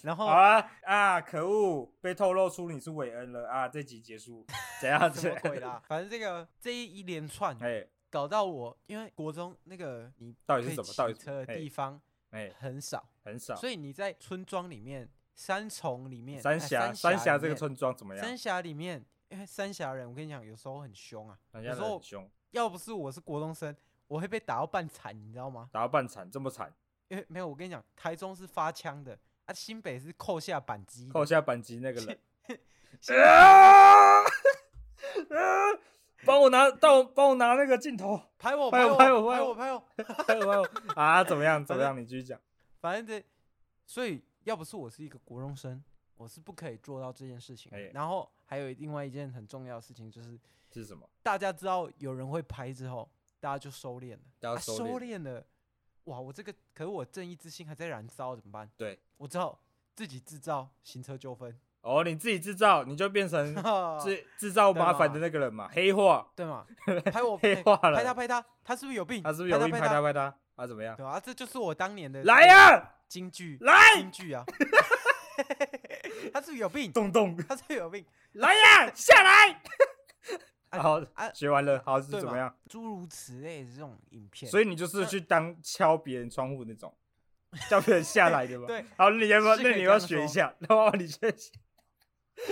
Speaker 3: 然
Speaker 2: 好
Speaker 3: 后
Speaker 2: 啊啊，可恶，被透露出你是韦恩了啊！这集结束，怎样？
Speaker 3: 什么鬼
Speaker 2: 怎样？
Speaker 3: 啦？反正这个这一连串
Speaker 2: 哎
Speaker 3: 搞到我，因为国中那个你
Speaker 2: 到底
Speaker 3: 可
Speaker 2: 是
Speaker 3: 以
Speaker 2: 怎么到底
Speaker 3: 骑
Speaker 2: 是怎么
Speaker 3: 车的
Speaker 2: 哎
Speaker 3: 地方
Speaker 2: 哎，
Speaker 3: 很少，
Speaker 2: 很少。
Speaker 3: 所以你在村庄里面、山丛里面、
Speaker 2: 三
Speaker 3: 哎
Speaker 2: 峡，
Speaker 3: 三
Speaker 2: 三
Speaker 3: 里
Speaker 2: 峡这个
Speaker 3: 面
Speaker 2: 村庄怎么样
Speaker 3: 三？峡里面，因为三峡人，我跟你讲，有时候很凶啊。
Speaker 2: 人
Speaker 3: 有
Speaker 2: 家
Speaker 3: 时
Speaker 2: 人
Speaker 3: 候
Speaker 2: 很凶，
Speaker 3: 要不是我是国中生，我会被打到半残，你知道吗？
Speaker 2: 打到半残，这么惨，
Speaker 3: 因为没有，我跟你讲，台中是发枪的，啊，新北是扣下扳机的，
Speaker 2: 扣下扳机那个 人。
Speaker 3: 新北
Speaker 2: 啊！啊帮我拿到，帮我拿那个镜头，
Speaker 3: 拍我
Speaker 2: 拍
Speaker 3: 拍
Speaker 2: 我
Speaker 3: 我
Speaker 2: 拍我
Speaker 3: 拍
Speaker 2: 拍我
Speaker 3: 我拍我，
Speaker 2: 拍我拍我啊！怎么样？怎 么样？你继续讲。
Speaker 3: 反正这，所以要不是我是一个国中生，我是不可以做到这件事情的
Speaker 2: 哎。
Speaker 3: 然后还有另外一件很重要的事情，就是
Speaker 2: 是什么？
Speaker 3: 大家知道有人会拍之后，大家就收敛了，
Speaker 2: 大家
Speaker 3: 啊
Speaker 2: 收
Speaker 3: 收
Speaker 2: 敛
Speaker 3: 敛了，哇，我这个可是我正义之心还在燃烧，怎么办？
Speaker 2: 对，
Speaker 3: 我只好自己制造行车纠 纷，
Speaker 2: 哦，你自己制造，你就变成 制制造麻烦的那个人嘛，黑化，
Speaker 3: 对 嘛？拍我
Speaker 2: 黑
Speaker 3: 哎
Speaker 2: 化
Speaker 3: 拍他
Speaker 2: 了。
Speaker 3: 拍他，他是不是有病？
Speaker 2: 他是不是有病？
Speaker 3: 拍
Speaker 2: 拍
Speaker 3: 他
Speaker 2: 他拍他啊？怎么样？
Speaker 3: 对啊，这就是我当年的
Speaker 2: 来呀，
Speaker 3: 京剧
Speaker 2: 来，
Speaker 3: 京剧啊， 他是不是有病？
Speaker 2: 动动，
Speaker 3: 他是不是有病？
Speaker 2: 来呀，下来。
Speaker 3: 啊
Speaker 2: 好
Speaker 3: 啊，
Speaker 2: 学完了，好是
Speaker 3: 对
Speaker 2: 怎么
Speaker 3: 嘛
Speaker 2: 样？
Speaker 3: 诸如此类的这种影片，
Speaker 2: 所
Speaker 3: 以
Speaker 2: 以你就是去当敲别人窗户那 种，叫别人下来的嘛。
Speaker 3: 对，
Speaker 2: 好，你要不要？
Speaker 3: 是可
Speaker 2: 那
Speaker 3: 以
Speaker 2: 你
Speaker 3: 这
Speaker 2: 要
Speaker 3: 样
Speaker 2: 学一
Speaker 3: 说
Speaker 2: 下，然后你学一下。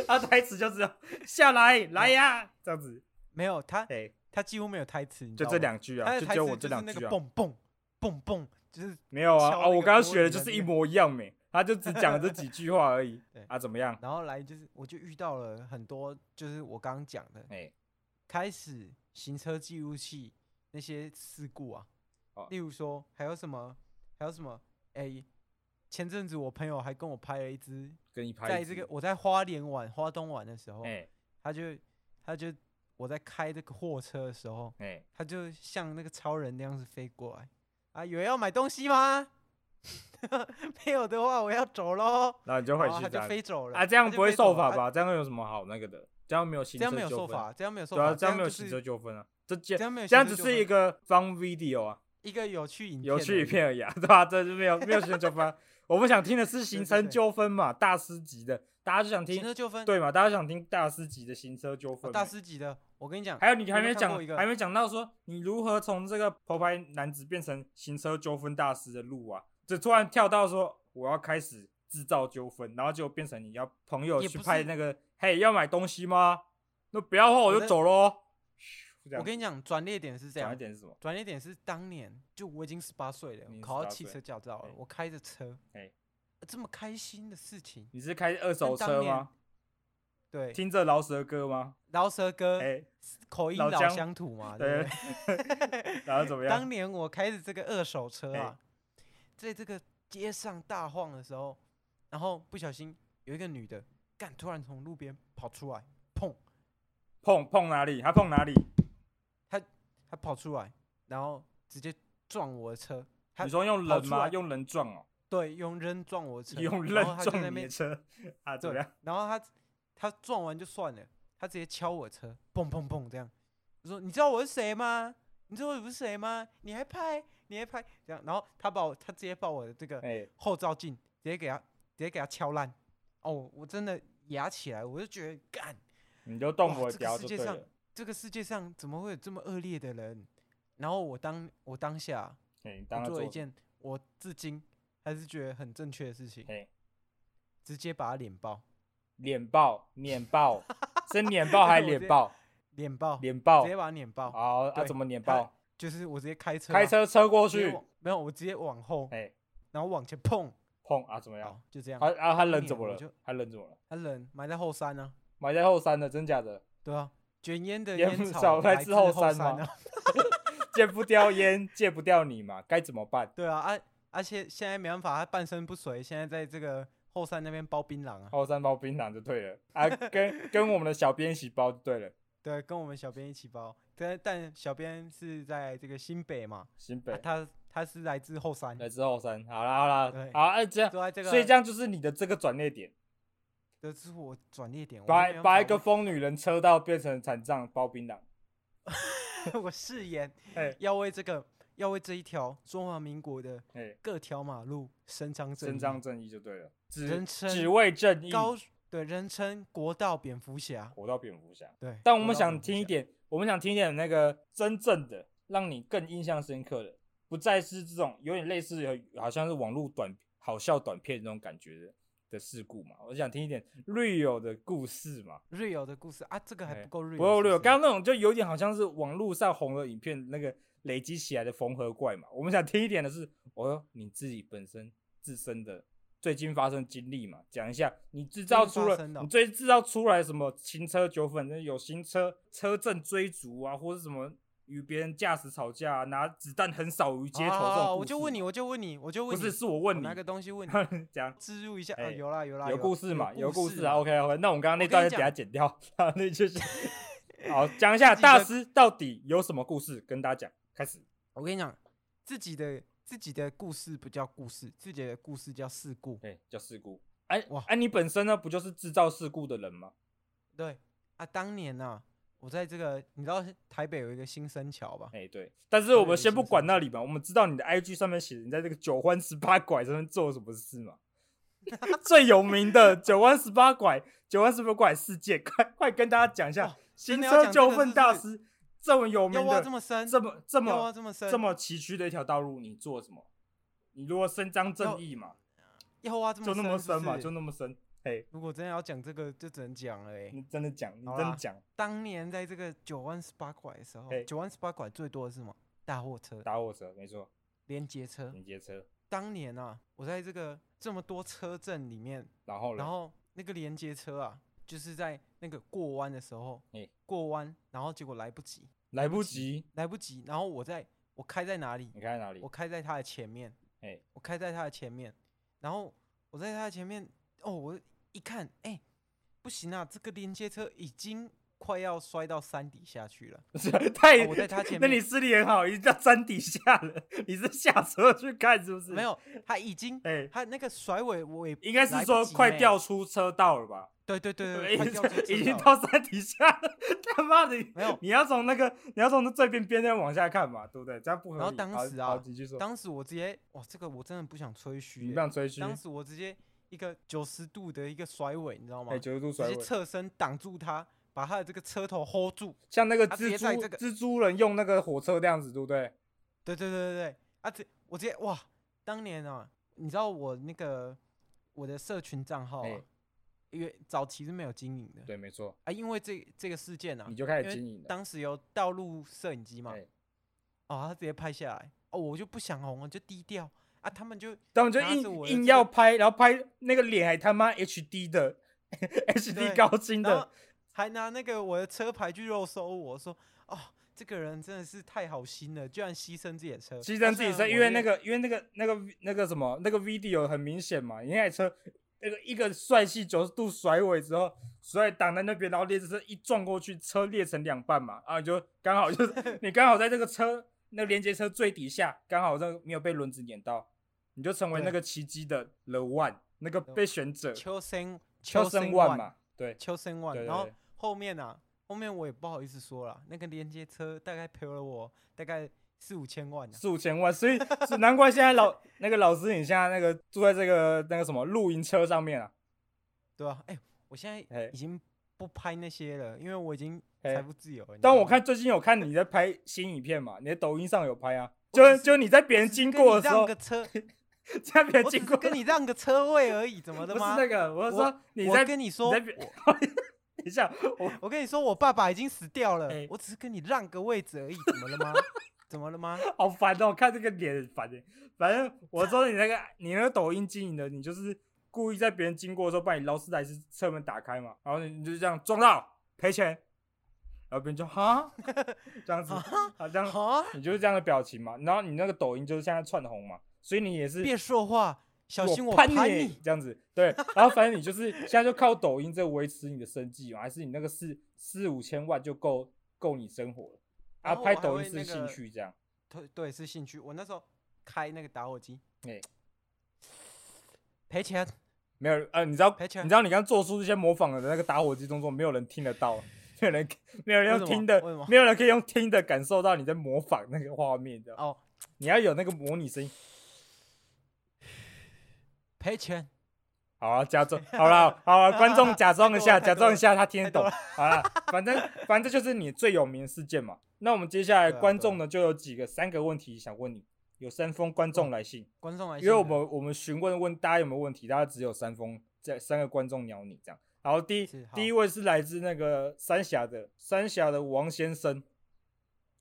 Speaker 2: 他台词就只有下来，来呀，这样子。
Speaker 3: 没有他，
Speaker 2: 哎，
Speaker 3: 他几乎没有台词，你知
Speaker 2: 就
Speaker 3: 道
Speaker 2: 这
Speaker 3: 吗，
Speaker 2: 两句
Speaker 3: 他
Speaker 2: 啊，
Speaker 3: 的
Speaker 2: 就
Speaker 3: 台
Speaker 2: 只有我
Speaker 3: 词
Speaker 2: 这
Speaker 3: 就是
Speaker 2: 两
Speaker 3: 那
Speaker 2: 句
Speaker 3: 个
Speaker 2: 啊。
Speaker 3: 蹦蹦蹦蹦，就是
Speaker 2: 没有啊，
Speaker 3: 敲
Speaker 2: 啊，
Speaker 3: 那
Speaker 2: 我
Speaker 3: 个
Speaker 2: 刚刚
Speaker 3: 玻
Speaker 2: 学的
Speaker 3: 璃
Speaker 2: 就
Speaker 3: 的
Speaker 2: 是
Speaker 3: 那
Speaker 2: 一
Speaker 3: 个
Speaker 2: 模一样没，他就只讲了这几句话而已
Speaker 3: 对。
Speaker 2: 啊，怎么样？
Speaker 3: 然后来就是我就遇到了很多，就是我刚刚讲的，
Speaker 2: 哎，
Speaker 3: 开始行车记录器那些事故啊，
Speaker 2: 哦
Speaker 3: 例如说还有什么，还有什么，哎、前阵子我朋友还跟我拍了一支，
Speaker 2: 跟你拍一
Speaker 3: 在这
Speaker 2: 支
Speaker 3: 个我在花莲玩、花东玩的时候，
Speaker 2: 哎
Speaker 3: 他就他就我在开这个货车的时候，
Speaker 2: 哎，
Speaker 3: 他就像那个超人那样子飞过来，啊，有人要买东西吗？ 没有的话，我要走喽。
Speaker 2: 然后你就回
Speaker 3: 然后
Speaker 2: 去
Speaker 3: 哦他
Speaker 2: 这
Speaker 3: 就
Speaker 2: 样
Speaker 3: 飞走了
Speaker 2: 啊，这样
Speaker 3: 他就
Speaker 2: 不会
Speaker 3: 飞走
Speaker 2: 受罚
Speaker 3: 了啊
Speaker 2: 吧？这样有什么好那个的？这样没有行
Speaker 3: 这样没
Speaker 2: 车
Speaker 3: 有
Speaker 2: 纠
Speaker 3: 受
Speaker 2: 纷，
Speaker 3: 罚，这样没有受
Speaker 2: 对啊，
Speaker 3: 罚，
Speaker 2: 这样没有
Speaker 3: 就
Speaker 2: 行
Speaker 3: 是
Speaker 2: 车纠纷啊，这这
Speaker 3: 这样没有
Speaker 2: 这样
Speaker 3: 行车
Speaker 2: 只
Speaker 3: 纠
Speaker 2: 是
Speaker 3: 纷
Speaker 2: 一个 fun video 啊，
Speaker 3: 一个有趣影片
Speaker 2: 有趣
Speaker 3: 而
Speaker 2: 影
Speaker 3: 已
Speaker 2: 片而已啊，对 吧、这就没有没有行车纠纷 啊。我们想听的是行
Speaker 3: 对
Speaker 2: 程
Speaker 3: 对
Speaker 2: 纠纷嘛，大师级的，大家就想
Speaker 3: 行
Speaker 2: 听，
Speaker 3: 车纠纷，
Speaker 2: 对嘛？大家想听大师级的行车纠纷
Speaker 3: 哦
Speaker 2: 嘛。
Speaker 3: 大师级的，我跟你讲，
Speaker 2: 还有你还
Speaker 3: 有没
Speaker 2: 没
Speaker 3: 有看
Speaker 2: 讲
Speaker 3: 过一，个
Speaker 2: 还没讲到说你如何从这个头牌男子变成行车纠纷大师的路啊，就突然跳到说我要开始制造纠纷，然后就变成你要朋友
Speaker 3: 也
Speaker 2: 去
Speaker 3: 不
Speaker 2: 拍
Speaker 3: 是
Speaker 2: 那个，嘿，要买东西吗？那不要的话我
Speaker 3: 我
Speaker 2: 就
Speaker 3: 在
Speaker 2: 走喽。这样
Speaker 3: 我跟你讲，转捩点是这
Speaker 2: 讲
Speaker 3: 样
Speaker 2: 一，点是什么？
Speaker 3: 转捩点是当年就我已经十八岁了，
Speaker 2: 你
Speaker 3: 我考到
Speaker 2: 18
Speaker 3: 汽
Speaker 2: 岁
Speaker 3: 车驾照了
Speaker 2: 哎，
Speaker 3: 我开着车，
Speaker 2: 哎
Speaker 3: 这么开心的事情，
Speaker 2: 你是开二手
Speaker 3: 当
Speaker 2: 车
Speaker 3: 年
Speaker 2: 吗？
Speaker 3: 对，
Speaker 2: 听着饶舌歌吗？
Speaker 3: 饶舌歌，
Speaker 2: 哎，
Speaker 3: 口音
Speaker 2: 老哎
Speaker 3: 老
Speaker 2: 江
Speaker 3: 乡土嘛，对
Speaker 2: 对
Speaker 3: 不，
Speaker 2: 然后怎么
Speaker 3: 啊对？当
Speaker 2: 样？
Speaker 3: 年我开着这个二手车
Speaker 2: 哎
Speaker 3: 啊，在这个街上大晃的时候，然后不小心有一个女的，干突然从路边跑出来，砰，
Speaker 2: 碰碰哪里？他碰哪里？
Speaker 3: 她跑出来，然后直接撞我的车，她
Speaker 2: 你说用人
Speaker 3: 跑出
Speaker 2: 吗？
Speaker 3: 来
Speaker 2: 用人撞哦，
Speaker 3: 对，用扔撞我车，
Speaker 2: 用人
Speaker 3: 然后他就在那
Speaker 2: 撞你的
Speaker 3: 边
Speaker 2: 车 啊？怎么
Speaker 3: 对
Speaker 2: 样？，
Speaker 3: 然后他他撞完就算了，他直接敲我车，砰砰砰这样。我说你知道我是谁吗？你知道我是谁吗？你还拍，你还拍，这样，然后他把我，他直接把我的这个
Speaker 2: 哎，
Speaker 3: 后照镜直接给他，直接给他敲烂。哦，我真的牙起来，我就觉得干，
Speaker 2: 你就动
Speaker 3: 哇
Speaker 2: 我的
Speaker 3: 这个
Speaker 2: 屌
Speaker 3: 世
Speaker 2: 就
Speaker 3: 界
Speaker 2: 对
Speaker 3: 上
Speaker 2: 了。
Speaker 3: 这个世界上怎么会有这么恶劣的人？然后我当我当下
Speaker 2: 哎，你当
Speaker 3: 我
Speaker 2: 他
Speaker 3: 做了一
Speaker 2: 做，
Speaker 3: 件我至今还是觉得很正确的事情，
Speaker 2: 哎，
Speaker 3: 直接把他脸爆，
Speaker 2: 脸爆，脸爆，是脸爆
Speaker 3: 我
Speaker 2: 还是
Speaker 3: 直接
Speaker 2: 脸爆？
Speaker 3: 脸爆，
Speaker 2: 脸爆
Speaker 3: 直，接把他脸爆，
Speaker 2: 好，啊，
Speaker 3: 对
Speaker 2: 怎么脸
Speaker 3: 他
Speaker 2: 爆？
Speaker 3: 就是我直接开车啊、
Speaker 2: 开车车过
Speaker 3: 直接
Speaker 2: 去
Speaker 3: 往，没有，我直接往后，
Speaker 2: 哎，
Speaker 3: 然后往前碰，
Speaker 2: 碰啊，怎么样
Speaker 3: 好？，就这样。
Speaker 2: 他啊，他人
Speaker 3: 你
Speaker 2: 怎么
Speaker 3: 我
Speaker 2: 了
Speaker 3: 就？
Speaker 2: 他人怎么了？
Speaker 3: 他人埋在后山呢、
Speaker 2: 埋在后山的，真假的？
Speaker 3: 对啊，卷烟的
Speaker 2: 烟
Speaker 3: 烟
Speaker 2: 雾扫
Speaker 3: 来
Speaker 2: 来自
Speaker 3: 自
Speaker 2: 后
Speaker 3: 后
Speaker 2: 山
Speaker 3: 山
Speaker 2: 吗
Speaker 3: 啊，
Speaker 2: 戒不掉烟，戒不掉你嘛，该怎么办？
Speaker 3: 对啊，啊，而且现在没办法，他半身不遂，现在在这个后山那边包槟榔啊，
Speaker 2: 后山包槟榔就对了啊，跟跟我们的小编一起包就对了。
Speaker 3: 对，啊跟我们小编一起包，但但小编是在这个新北嘛，
Speaker 2: 新
Speaker 3: 啊
Speaker 2: 北
Speaker 3: 他他是来自后山，
Speaker 2: 来自后山，好啦好啦
Speaker 3: 对，
Speaker 2: 好，哎这样，
Speaker 3: 坐在这个，
Speaker 2: 所以这样就是你的这个转捩点，
Speaker 3: 这是我转捩点，我
Speaker 2: 把
Speaker 3: 没办
Speaker 2: 把
Speaker 3: 法
Speaker 2: 一个疯女人车道变成残障包槟榔，
Speaker 3: 我我誓言
Speaker 2: 哎
Speaker 3: 要为这个要为这一条中华民国的
Speaker 2: 哎，
Speaker 3: 各条马路伸张正义，
Speaker 2: 伸张正义就对了，只
Speaker 3: 人称
Speaker 2: 只为正义，
Speaker 3: 高对人称国道蝙蝠侠，
Speaker 2: 活到蝙蝠侠。
Speaker 3: 对，
Speaker 2: 但我
Speaker 3: 国
Speaker 2: 们
Speaker 3: 道
Speaker 2: 想
Speaker 3: 蝙蝠
Speaker 2: 听一
Speaker 3: 侠
Speaker 2: 点，我们想听一点那个真正的让你更印象深刻的，不再是这种有点类似有好像是网络短好笑短片那种感觉的的事故嘛。我想听一点 real 的故事嘛，
Speaker 3: real 的故事啊，这个还
Speaker 2: 哎
Speaker 3: 不够 real，
Speaker 2: 不够
Speaker 3: 是
Speaker 2: real。
Speaker 3: 是
Speaker 2: 刚刚那种就有点好像是网络上红的影片那个累积起来的缝合怪嘛。 我们想听一点的是，哦，你自己本身自身的。最近发生经历嘛，讲一下，你制造出
Speaker 3: 发
Speaker 2: 了
Speaker 3: 生的哦
Speaker 2: 你最制造出来什么行车纠纷，那有行车车震追逐啊，或者什么与别人驾驶吵架、啊，拿子弹横扫于街头
Speaker 3: 好
Speaker 2: 这
Speaker 3: 好
Speaker 2: 种
Speaker 3: 好
Speaker 2: 故
Speaker 3: 哦我就
Speaker 2: 事
Speaker 3: 问你，
Speaker 2: 嘛，
Speaker 3: 我就问你，我就
Speaker 2: 不
Speaker 3: 问你，
Speaker 2: 是是我问你
Speaker 3: 拿个东西问你，
Speaker 2: 讲
Speaker 3: 植入一下啊，
Speaker 2: 哎
Speaker 3: 有啦有啦，
Speaker 2: 有
Speaker 3: 啦
Speaker 2: 故事嘛，有
Speaker 3: 有
Speaker 2: 故
Speaker 3: 故
Speaker 2: 事啊。
Speaker 3: 嘛
Speaker 2: OK OK，那我们刚刚那
Speaker 3: 我跟你
Speaker 2: 段就
Speaker 3: 讲
Speaker 2: 给它剪掉，好，那就是 好讲一下
Speaker 3: 自己的
Speaker 2: 大师到底有什么故事跟大家讲。开始，
Speaker 3: 我跟你讲，自己的自己的故事不叫故事，自己的故事叫事故。
Speaker 2: 哎，叫事故。哎
Speaker 3: 哇
Speaker 2: 哎，你本身呢不就是制造事故的人吗？
Speaker 3: 对啊，当年呐、我在这个你知道台北有一个新生桥吧？
Speaker 2: 哎，对。但是
Speaker 3: 对
Speaker 2: 我们
Speaker 3: 有
Speaker 2: 先
Speaker 3: 些
Speaker 2: 不
Speaker 3: 是
Speaker 2: 管那里嘛，我们知道你的 IG 上面写的你在这个九弯十八拐上面做了什么事 嘛？最有名的九弯十八拐，九弯十八拐事件，快快跟大家讲一下
Speaker 3: 哦。真
Speaker 2: 行
Speaker 3: 的要
Speaker 2: 车
Speaker 3: 讲
Speaker 2: 纠
Speaker 3: 这个
Speaker 2: 纷
Speaker 3: 是不
Speaker 2: 大
Speaker 3: 是
Speaker 2: 师这么有
Speaker 3: 要
Speaker 2: 名
Speaker 3: 挖
Speaker 2: 的，
Speaker 3: 这么深，
Speaker 2: 这么这
Speaker 3: 要挖
Speaker 2: 么
Speaker 3: 这么深，
Speaker 2: 这么崎岖的一条道路，你做什么？你如果伸张正
Speaker 3: 要
Speaker 2: 义嘛，
Speaker 3: 要挖这么
Speaker 2: 就那么
Speaker 3: 深
Speaker 2: 深
Speaker 3: 是不
Speaker 2: 嘛，
Speaker 3: 是
Speaker 2: 就那么深。嘿，
Speaker 3: 如果真的要讲这个，就只能讲了、欸。
Speaker 2: 你真的讲，你
Speaker 3: 好
Speaker 2: 真的
Speaker 3: 啦
Speaker 2: 讲，
Speaker 3: 当年在这个九万十八拐的时候
Speaker 2: 哎，
Speaker 3: 九万十八拐最多的是什么？大货车、
Speaker 2: 打火车没错，
Speaker 3: 连接车。
Speaker 2: 连接车，
Speaker 3: 当年啊，我在这个这么多车阵里面，
Speaker 2: 然后呢
Speaker 3: 然？后那个连接车啊，就是在那个过弯的时候
Speaker 2: 哎，
Speaker 3: 过弯，然后结果来不及，
Speaker 2: 来不
Speaker 3: 及
Speaker 2: 及，
Speaker 3: 来不及，然后我在我开在哪里
Speaker 2: 你？看在哪里
Speaker 3: 我？开在他的前面，
Speaker 2: 哎，
Speaker 3: 我开在他的前面，然后我在他的前面，哦，我一看，哎、不行啊，这个连接车已经快要摔到山底下去了。
Speaker 2: 太
Speaker 3: 哦我在他前
Speaker 2: 哎那
Speaker 3: 面
Speaker 2: 你视力很好，已经到山底下了，你是下车去看是不是？
Speaker 3: 没，有，他已经，
Speaker 2: 哎，
Speaker 3: 他那个甩尾尾，
Speaker 2: 应该是
Speaker 3: 来不
Speaker 2: 说
Speaker 3: 及
Speaker 2: 快
Speaker 3: 呢
Speaker 2: 掉出车道了吧？
Speaker 3: 对对对
Speaker 2: 对，
Speaker 3: 对，
Speaker 2: 已
Speaker 3: 快
Speaker 2: 经
Speaker 3: 掉出车
Speaker 2: 已经
Speaker 3: 道了
Speaker 2: 到山底下了，他妈的！
Speaker 3: 没有
Speaker 2: 你要从那个，你要从那最边边那往下看嘛，对不对？这样不合理。
Speaker 3: 然后当
Speaker 2: 好
Speaker 3: 时啊
Speaker 2: 好继续说，
Speaker 3: 当时我直接，哇，这个我真的不想吹嘘
Speaker 2: 你
Speaker 3: 欸、
Speaker 2: 不想吹嘘，
Speaker 3: 当时我直接一个九十度的一个甩尾，你知道吗？
Speaker 2: 哎，九十度甩
Speaker 3: 直接
Speaker 2: 尾，
Speaker 3: 侧身挡住他，把他的这个车头 hold 住。
Speaker 2: 像那个
Speaker 3: 他
Speaker 2: 蜘
Speaker 3: 直接
Speaker 2: 蛛
Speaker 3: 在这个
Speaker 2: 蜘蛛人用那个火车那样子，对不对？
Speaker 3: 对对对对对，啊，这我直接哇，当年啊，你知道我那个我的社群账号啊
Speaker 2: 哎，
Speaker 3: 因为早期是没有经营的
Speaker 2: 对，没错，
Speaker 3: 啊，因为这这个事件啊，
Speaker 2: 你就开
Speaker 3: 因
Speaker 2: 始
Speaker 3: 为
Speaker 2: 经营了。
Speaker 3: 当时有道路摄影机嘛，
Speaker 2: 哎
Speaker 3: 哦，他直接拍下来，哦，我就不想红，我就低调啊，他们就
Speaker 2: 他们就
Speaker 3: 拿着
Speaker 2: 硬
Speaker 3: 我的
Speaker 2: 硬
Speaker 3: 这
Speaker 2: 要
Speaker 3: 个
Speaker 2: 拍，然后拍那个脸还他妈 HD 的 ，HD
Speaker 3: 对
Speaker 2: 高清
Speaker 3: 然后
Speaker 2: 的，
Speaker 3: 还拿那个我的车牌去肉搜我说，哦，这个人真的是太好心了，居然牺牲自己的车，
Speaker 2: 牺
Speaker 3: 啊
Speaker 2: 牲自己车，因为那，个因为那个那个那个什么那个 video 很明显嘛，你那台车那个一个帅气九十度甩尾之后，甩挡在那边，然后列车车一撞过去，车裂成两半嘛，啊，你就刚好就是 你刚好在这个车那个连接车最底下，刚好这个没有被轮子碾到，你就成为
Speaker 3: 对
Speaker 2: 那个奇迹的 the one，那个被选者
Speaker 3: 秋生
Speaker 2: 秋
Speaker 3: 生
Speaker 2: 生 one 嘛，对
Speaker 3: 秋生万，
Speaker 2: 对对
Speaker 3: 然后
Speaker 2: 对
Speaker 3: 后面啊，后面我也不好意思说了，那个连接车大概赔了我大概四五千万、啊，
Speaker 2: 四五千万，所以是难怪现在老那个老师，你现在那个住在这个那个什么露营车上面啊，
Speaker 3: 对吧、哎、我现在
Speaker 2: 哎
Speaker 3: 已经不拍那些了，因为我已经
Speaker 2: 哎
Speaker 3: 财富自由了。你知
Speaker 2: 但
Speaker 3: 道
Speaker 2: 我
Speaker 3: 吗
Speaker 2: 看最近有看你在拍新影片嘛，你的抖音上有拍啊，
Speaker 3: 我
Speaker 2: 就
Speaker 3: 只是
Speaker 2: 就你在别人
Speaker 3: 只是
Speaker 2: 经
Speaker 3: 跟
Speaker 2: 过
Speaker 3: 你
Speaker 2: 的时
Speaker 3: 让
Speaker 2: 候
Speaker 3: 个，车，
Speaker 2: 在别人
Speaker 3: 我只
Speaker 2: 经
Speaker 3: 是
Speaker 2: 过，
Speaker 3: 跟你让个车位而已，怎么
Speaker 2: 不
Speaker 3: 的
Speaker 2: 是
Speaker 3: 吗？
Speaker 2: 那个，我是说你
Speaker 3: 我
Speaker 2: 在
Speaker 3: 跟你说，
Speaker 2: 在别
Speaker 3: 我
Speaker 2: 等一下，我
Speaker 3: 我跟你说，我爸爸已经死掉了，
Speaker 2: 哎
Speaker 3: 我只是跟你让个位置而已，怎么了 吗？怎么了吗？
Speaker 2: 好烦哦，看这个脸很烦的。反正 我知道你那个你那个抖音经营的，你就是故意在别人经过的时候把你劳斯莱斯车门打开嘛，然后你就这样撞到赔钱，然后别人就哈这 样子，好这样
Speaker 3: 啊！
Speaker 2: 你就是这样的表情嘛。然后你那个抖音就是现在窜红嘛，所以你也是
Speaker 3: 别说话，小心
Speaker 2: 我
Speaker 3: 拍
Speaker 2: 你这样子，对。然后反正你就是现在就靠抖音在维持你的生计嘛，还是你那个四四五千万就够够你生活了啊？
Speaker 3: 然后
Speaker 2: 拍
Speaker 3: 我还
Speaker 2: 抖
Speaker 3: 会
Speaker 2: 音
Speaker 3: 那
Speaker 2: 是
Speaker 3: 个
Speaker 2: 兴趣这样，
Speaker 3: 对对，是兴趣。我那时候开那个打火机，
Speaker 2: 哎
Speaker 3: 赔钱，
Speaker 2: 没有呃，你知道
Speaker 3: 赔钱
Speaker 2: 你知道你刚做出这些模仿的那个打火机动作，没有人听得到，没有人没有人
Speaker 3: 为
Speaker 2: 用
Speaker 3: 什么
Speaker 2: 听的
Speaker 3: 为什么，
Speaker 2: 没有人可以用听的感受到你在模仿那个画面，你知道吗？
Speaker 3: 哦，
Speaker 2: 你要有那个模拟声音。
Speaker 3: 赔钱，
Speaker 2: 好啊，假装好了，好了，观众假装一下，
Speaker 3: 太多了
Speaker 2: 假装一下，他听得懂
Speaker 3: 太。
Speaker 2: 好了，反正反正就是你最有名的事件嘛。那我们接下来
Speaker 3: 对啊
Speaker 2: 观众呢就有几个三个问题想问你，有三封观众来信，
Speaker 3: 观众来信
Speaker 2: 因
Speaker 3: 的，
Speaker 2: 为我们我们询问问大家有没有问题，大家只有三封，这三个观众鸟你这样。然后第一
Speaker 3: 是好
Speaker 2: 第一位是来自那个三峡的三峡的王先生，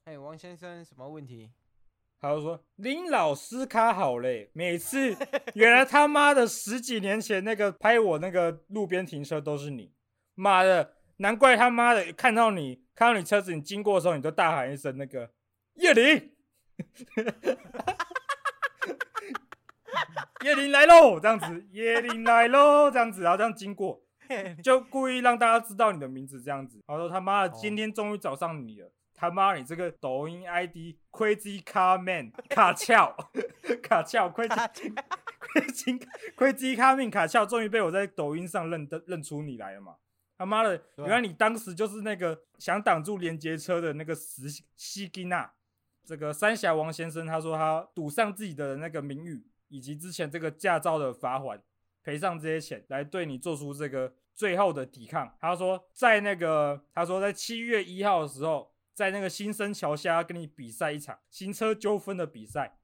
Speaker 3: 哎，王先生什么问 题？
Speaker 2: 他就说林老师卡好嘞，每次原来他妈的十几年前那个拍我那个路边停车都是你，妈的，难怪他妈的看到你看到你车子你经过的时候你就大喊一声那个叶林，叶林来喽，这样子，叶林来喽，这样子，然后这样经过，就故意让大家知道你的名字这样子。然后说他妈的，
Speaker 3: 哦
Speaker 2: 今天终于找上你了，他妈你这个抖音 ID Crazy Car Man 卡翘 卡翘 Crazy 啊 Crazy Crazy Car Man 卡翘，终于被我在抖音上认得认出你来了嘛。他妈的，
Speaker 3: 对啊
Speaker 2: 原来你当时就是那个想挡住连接车的那个石西金娜。这个三峡王先生他说他赌上自己的那个名誉以及之前这个驾照的罚款，赔上这些钱来对你做出这个最后的抵抗。他说在那个他说在七月一号的时候，在那个新生桥下跟你比赛一场行车纠纷的比赛，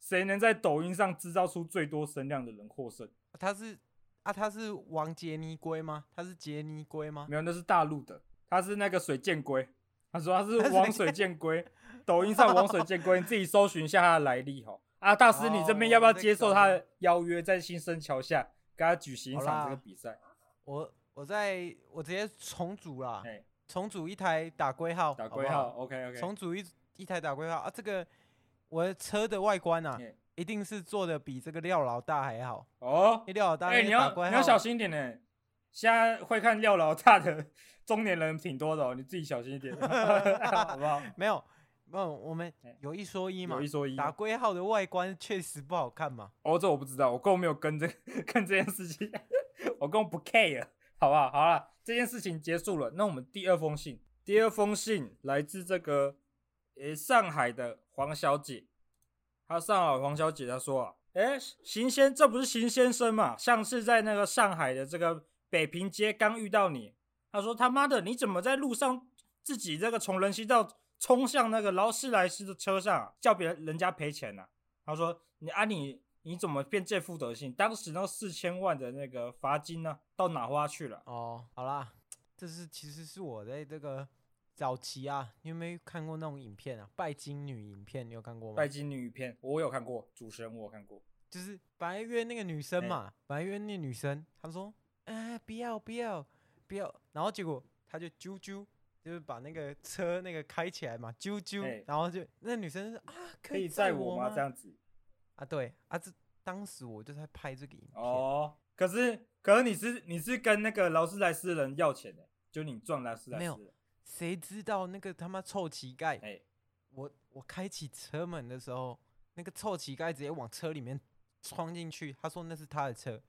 Speaker 2: 谁能在抖音上制造出最多声量的人获胜？
Speaker 3: 哦他是啊，他是王杰尼龟吗？他是杰尼龟吗？
Speaker 2: 没有，那是大陆的，他是那个水箭龟。他说他是
Speaker 3: 他是
Speaker 2: 王水箭龟，抖音上王水箭龟，你自己搜寻一下他的来历哈。啊，大师，你这边
Speaker 3: 哦
Speaker 2: 要不要
Speaker 3: 我在
Speaker 2: 接受
Speaker 3: 搞
Speaker 2: 他
Speaker 3: 这
Speaker 2: 的邀约，在新生桥下跟他举行一
Speaker 3: 好
Speaker 2: 场
Speaker 3: 啦
Speaker 2: 这个比赛？
Speaker 3: 我我在我直接重组啦，
Speaker 2: 哎，
Speaker 3: 重组一台打龟号，
Speaker 2: 打
Speaker 3: 好不
Speaker 2: 龟
Speaker 3: 好
Speaker 2: 号，OK OK。
Speaker 3: 重组一一台打龟号啊，这个我的车的外观啊
Speaker 2: 哎，
Speaker 3: 一定是做的比这个廖老大还好。
Speaker 2: 哦
Speaker 3: 因，为廖老大
Speaker 2: 哎、
Speaker 3: 那
Speaker 2: 你
Speaker 3: 个打
Speaker 2: 要
Speaker 3: 龟
Speaker 2: 你
Speaker 3: 号，
Speaker 2: 要小心一点呢、现在会看廖老大的中年人挺多的哦，你自己小心 一点，好不好？
Speaker 3: 没有没有，我们
Speaker 2: 哎
Speaker 3: 有一说一嘛
Speaker 2: 有一，说一，
Speaker 3: 打龟号的外观确实不好看嘛。
Speaker 2: 哦，这我不知道，我根本没有跟这 跟这件事情， 我根本不 care，好不好？好了，这件事情结束了，那我们第二封信，第二封信来自这个呃上海的黄小姐，她上海黄小姐她说啊，哎，邢先，这不是邢先生嘛？上次在那个上海的这个北平街刚遇到你，她说他妈的，你怎么在路上自己这个从人行道冲向那个劳斯莱斯的车上、啊，叫别人人家赔钱呢、他说：“你啊你你怎么变这副德行？当时那四千万的那个罚金呢、到哪花去了？
Speaker 3: 哦，好啦，这是其实是我在这个早期啊，你有没有看过那种影片啊？拜金女影片，你有看过吗
Speaker 2: 拜？金女片我有看过，主持人我有看过。
Speaker 3: 就是本来约那个女生
Speaker 2: 哎
Speaker 3: 嘛，本来约那女生，她说，啊，不要不要不要，然后结果她就啾啾。就是把那个车那个开起来嘛，啾啾
Speaker 2: 哎，
Speaker 3: 然后就那女生就说啊，可
Speaker 2: 可以载
Speaker 3: 载
Speaker 2: 我
Speaker 3: 吗？
Speaker 2: 吗？这样子
Speaker 3: 啊，对啊，这当时我就在拍这个影片，
Speaker 2: 哦。可是可是你是你是跟那个劳斯莱斯的人要钱的、就你撞劳斯莱
Speaker 3: 没有
Speaker 2: 斯的。
Speaker 3: 谁知道那个他妈臭乞丐，
Speaker 2: 哎、
Speaker 3: 我我开启车门的时候，那个臭乞丐直接往车里面冲进去，他说那是他的车，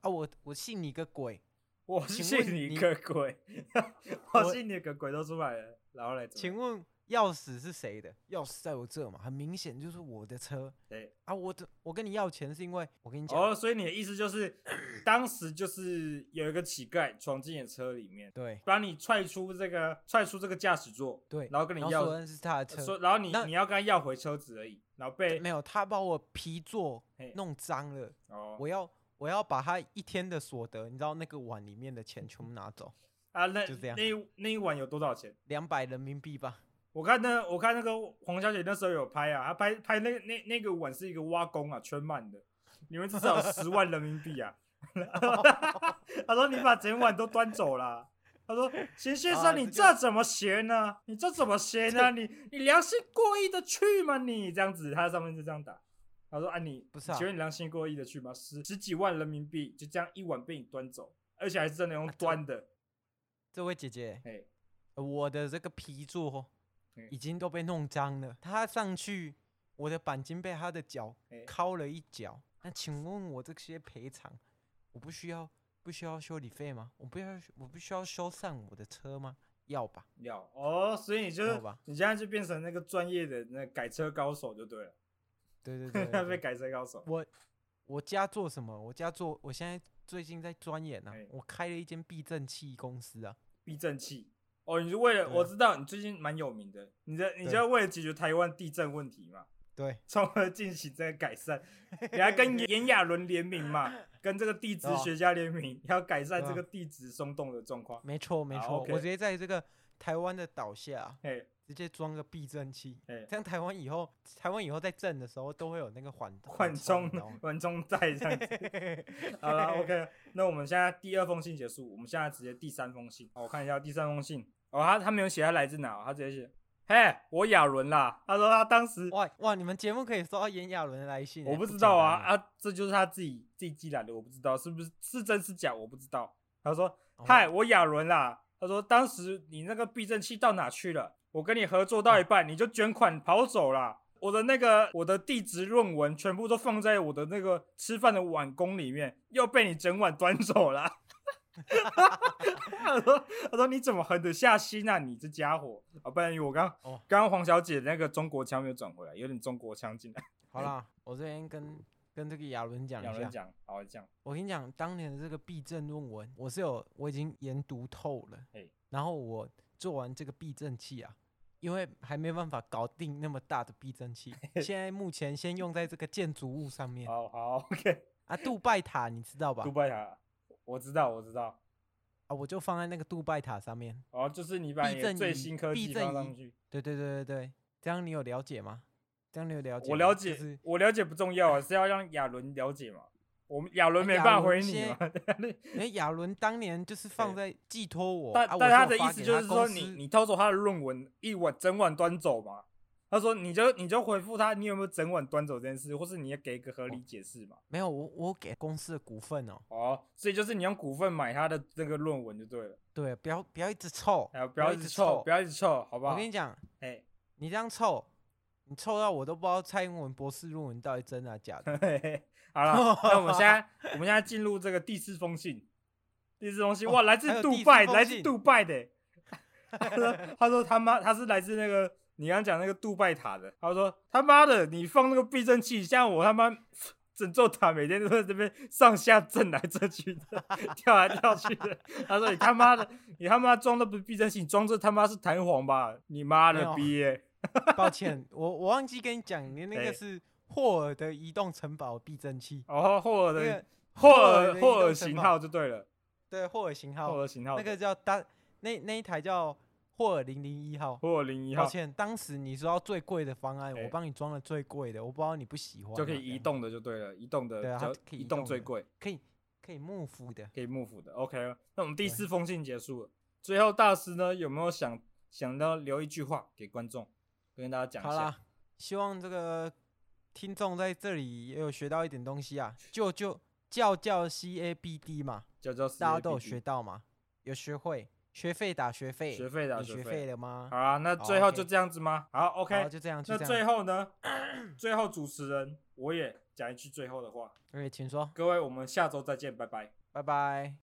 Speaker 3: 啊我我信你个鬼！
Speaker 2: 我
Speaker 3: 请
Speaker 2: 信
Speaker 3: 问
Speaker 2: 你
Speaker 3: 你
Speaker 2: 个鬼！ 我
Speaker 3: 我
Speaker 2: 信你个鬼都出来了，然后来怎么
Speaker 3: 请
Speaker 2: 样，
Speaker 3: 问钥匙是谁的？钥匙在我这嘛，很明显就是我的车
Speaker 2: 对，
Speaker 3: 啊！我的我跟你要钱是因为我跟你讲，
Speaker 2: 哎哦，所以你的意思 就是，当时就是有一个乞丐闯进你的车里面，
Speaker 3: 对
Speaker 2: 把你踹出这个踹出这个驾驶座，
Speaker 3: 对，
Speaker 2: 然后跟你要
Speaker 3: 说那是他的车，
Speaker 2: 说，然后你
Speaker 3: 那
Speaker 2: 你要跟他要回车子而已，然后被
Speaker 3: 没有他把我皮座
Speaker 2: 嘿
Speaker 3: 弄脏了，
Speaker 2: 哦
Speaker 3: 我要我要把他一天的所得，你知道那个碗里面的钱全部拿走，
Speaker 2: 啊那
Speaker 3: 就这样
Speaker 2: 那一那一晚有多少钱？
Speaker 3: 两百人民币吧。
Speaker 2: 我看那我看那个黄小姐那时候有拍啊，她拍拍那那那个碗是一个挖工啊，全满的，里面至少有十万人民 币啊。她说你把整碗都端走啦。她说秦先
Speaker 3: 啊
Speaker 2: 生，你
Speaker 3: 这
Speaker 2: 这怎么行呢？你这怎么行呢？你你良心过意的去吗？你这样子，她上面就这样打。她说啊你，
Speaker 3: 不是啊
Speaker 2: 请问你良心过意的去吗？十十几万人民币就这样一碗被你端走，而且还是真的用
Speaker 3: 啊这
Speaker 2: 端的，
Speaker 3: 这位姐姐，
Speaker 2: 哎、
Speaker 3: 呃我的这个皮座
Speaker 2: 嗯
Speaker 3: 已经都被弄脏了，他上去，我的钣金被他的脚
Speaker 2: 哎
Speaker 3: 敲了一脚。那请问我这些赔偿，我不需要不需要修理费吗？我不要我不需要修缮我的车吗？要吧？
Speaker 2: 要哦，所以你就是
Speaker 3: 要吧
Speaker 2: 你现在就变成那个专业的那改车高手就对了，
Speaker 3: 对对对
Speaker 2: 被
Speaker 3: 对对
Speaker 2: 改车高手。
Speaker 3: 我我家做什么？我家做，我现在最近在钻研啊
Speaker 2: 哎，
Speaker 3: 我开了一间避震器公司啊。
Speaker 2: 避震器哦，你是为了
Speaker 3: 对啊
Speaker 2: 我知道你最近蛮有名的，你的你就要为了解决台湾地震问题嘛，
Speaker 3: 对，
Speaker 2: 从而进行这个改善。你 还跟炎炎亚纶联名嘛，跟这个地质
Speaker 3: 对啊
Speaker 2: 学家联名，要改善这
Speaker 3: 对啊
Speaker 2: 个地质松动的状况。
Speaker 3: 没错没
Speaker 2: 好
Speaker 3: 错，
Speaker 2: ，OK
Speaker 3: 我直接在这个台湾的岛下啊、
Speaker 2: 嘿，
Speaker 3: 直接装个避震器，
Speaker 2: 嘿，
Speaker 3: 这样台湾以后，台湾以后在震的时候都会有那个缓
Speaker 2: 缓冲
Speaker 3: 你知道吗
Speaker 2: 缓冲带这样子。 好了，OK，那我们现在第二封信结束，我们现在直接第三封信。哦，我看一下第三封信。哦，他他没有写他来自哪，哦他直接写，嘿，我亚伦啦。他说他当时
Speaker 3: 哇哇，你们节目可以收到炎亚纶的来信欸，
Speaker 2: 我不
Speaker 3: 简
Speaker 2: 知道啊
Speaker 3: 单欸，
Speaker 2: 啊，这就是他自己自己寄来的，我不知道是不是是真是假，我不知道。他说
Speaker 3: 哦：“
Speaker 2: 啊嗨，我亚伦啦。”他说：“当时你那个避震器到哪去了？我跟你合作到一
Speaker 3: 啊
Speaker 2: 半，你就卷款跑走啦。我的那个我的地质论文全部都放在我的那个吃饭的碗公里面，又被你整碗端走了。” 他说：“他说你怎么狠得下心啊？你这家伙啊！不然我刚
Speaker 3: 哦
Speaker 2: 刚刚黄小姐那个中国腔没有转回来，有点中国腔进来。
Speaker 3: 好啦，我这边跟跟这个亚纶讲
Speaker 2: 两
Speaker 3: 一
Speaker 2: 人
Speaker 3: 下，
Speaker 2: 讲，好讲。”
Speaker 3: 我跟你讲，当年的这个避震论文，我是有我已经研读透了
Speaker 2: 嘿，
Speaker 3: 然后我做完这个避震器啊。因为还没办法搞定那么大的避震 器，现在目前先用在这个建筑物上面
Speaker 2: 好好，OK，
Speaker 3: 啊，杜拜塔你知道吧
Speaker 2: 哦杜？拜塔，我知道，我知道。
Speaker 3: 啊，我就放在那个杜拜塔上面，
Speaker 2: 哦，就是你把
Speaker 3: 避
Speaker 2: 你的
Speaker 3: 震
Speaker 2: 最
Speaker 3: 仪
Speaker 2: 新科
Speaker 3: 避
Speaker 2: 技
Speaker 3: 震
Speaker 2: 放
Speaker 3: 仪
Speaker 2: 上去。
Speaker 3: 对对对对对，这样你有了解吗？这样你有了解吗？
Speaker 2: 我了
Speaker 3: 就
Speaker 2: 解，
Speaker 3: 是
Speaker 2: 我了解不重要啊，是要让亚伦了解嘛。我们亚伦
Speaker 3: 啊
Speaker 2: 没
Speaker 3: 亚
Speaker 2: 办法
Speaker 3: 伦
Speaker 2: 回你
Speaker 3: 先
Speaker 2: 嘛，
Speaker 3: 因为亚伦当年就是放在寄托我，
Speaker 2: 但、
Speaker 3: 啊、
Speaker 2: 但
Speaker 3: 我
Speaker 2: 他
Speaker 3: 有
Speaker 2: 的
Speaker 3: 发
Speaker 2: 意思
Speaker 3: 给
Speaker 2: 就
Speaker 3: 他
Speaker 2: 是
Speaker 3: 公
Speaker 2: 说
Speaker 3: 司
Speaker 2: 你你偷走他的论文一晚整晚端走嘛。他说你就你就回复他，你有没有整晚端走这件事，或是你也给一个
Speaker 3: 哦
Speaker 2: 合理解释嘛。
Speaker 3: 没有我我给公司的股份哦，
Speaker 2: 哦，所以就是你用股份买他的那个论文就对了，
Speaker 3: 对，不要不要一直凑，
Speaker 2: 哎，不
Speaker 3: 要
Speaker 2: 要
Speaker 3: 一
Speaker 2: 一
Speaker 3: 直
Speaker 2: 直臭，不要一直臭，好不好？
Speaker 3: 我跟你讲，
Speaker 2: 哎，
Speaker 3: 你这样凑，你凑到我都不知道蔡英文博士论文到底真的还假的。
Speaker 2: 嘿嘿，好了，那我们现
Speaker 3: 哦
Speaker 2: 在我们现在进入这个第四封信，第四封信哇，
Speaker 3: 哦
Speaker 2: 来
Speaker 3: 还
Speaker 2: 自
Speaker 3: 有
Speaker 2: 杜
Speaker 3: 第四
Speaker 2: 拜，
Speaker 3: 封
Speaker 2: 来自
Speaker 3: 信
Speaker 2: 杜拜的欸。他说他说他妈他是来自那个你刚讲那个杜拜塔的，他说他妈的你放那个避震器，像我他妈整座塔每天都在这边上下震来震去的，跳来跳去的。他说你他妈的你他妈装的不是避震器，你装这他妈是弹簧吧？你妈
Speaker 3: 没
Speaker 2: 的
Speaker 3: 有
Speaker 2: 逼欸！
Speaker 3: 抱歉，我我忘记跟你讲，你那
Speaker 2: 哎
Speaker 3: 个是霍尔的移动城堡避震器，
Speaker 2: 哦，霍尔
Speaker 3: 那
Speaker 2: 的
Speaker 3: 个
Speaker 2: 霍
Speaker 3: 尔
Speaker 2: 尔
Speaker 3: 的
Speaker 2: 霍
Speaker 3: 移动
Speaker 2: 尔
Speaker 3: 城
Speaker 2: 型
Speaker 3: 堡
Speaker 2: 号就对了，
Speaker 3: 对霍尔型
Speaker 2: 霍
Speaker 3: 号，
Speaker 2: 尔型号
Speaker 3: 那
Speaker 2: 的
Speaker 3: 个叫大那那一台叫霍尔零零一号。
Speaker 2: 霍尔零一号
Speaker 3: 抱。歉，当时你说要最贵的方案，
Speaker 2: 哎
Speaker 3: 我帮你装了最贵的，我不知道你不喜欢啊，
Speaker 2: 就可以
Speaker 3: 这
Speaker 2: 移
Speaker 3: 样
Speaker 2: 动的就对了，移动的
Speaker 3: 对啊
Speaker 2: 比较
Speaker 3: 它可以
Speaker 2: 移
Speaker 3: 移动
Speaker 2: 动最
Speaker 3: 的
Speaker 2: 贵，
Speaker 3: 可以可以幕府的。
Speaker 2: 可以幕府的。OK，那我们
Speaker 3: 对
Speaker 2: 第四封信结束了。最后大师呢有没有想想到留一句话给观众，跟大家讲
Speaker 3: 好
Speaker 2: 一下？
Speaker 3: 啦，希望这个听众在这里也有学到一点东西啊，就就叫叫 C A B D 嘛，
Speaker 2: 叫叫
Speaker 3: 大家都有学到嘛，有学会，学费打学费，
Speaker 2: 学费的
Speaker 3: 有
Speaker 2: 学
Speaker 3: 学
Speaker 2: 费。
Speaker 3: 了吗？
Speaker 2: 好啦，那
Speaker 3: 好
Speaker 2: 最后
Speaker 3: ，OK
Speaker 2: 就这样子吗？好
Speaker 3: 好
Speaker 2: ，OK。
Speaker 3: 就这样，就
Speaker 2: 那
Speaker 3: 这
Speaker 2: 最
Speaker 3: 样。
Speaker 2: 后呢，最后主持人我也讲一句最后的话，
Speaker 3: OK，请说，
Speaker 2: 各位，我们下周再见，拜拜。
Speaker 3: 拜拜。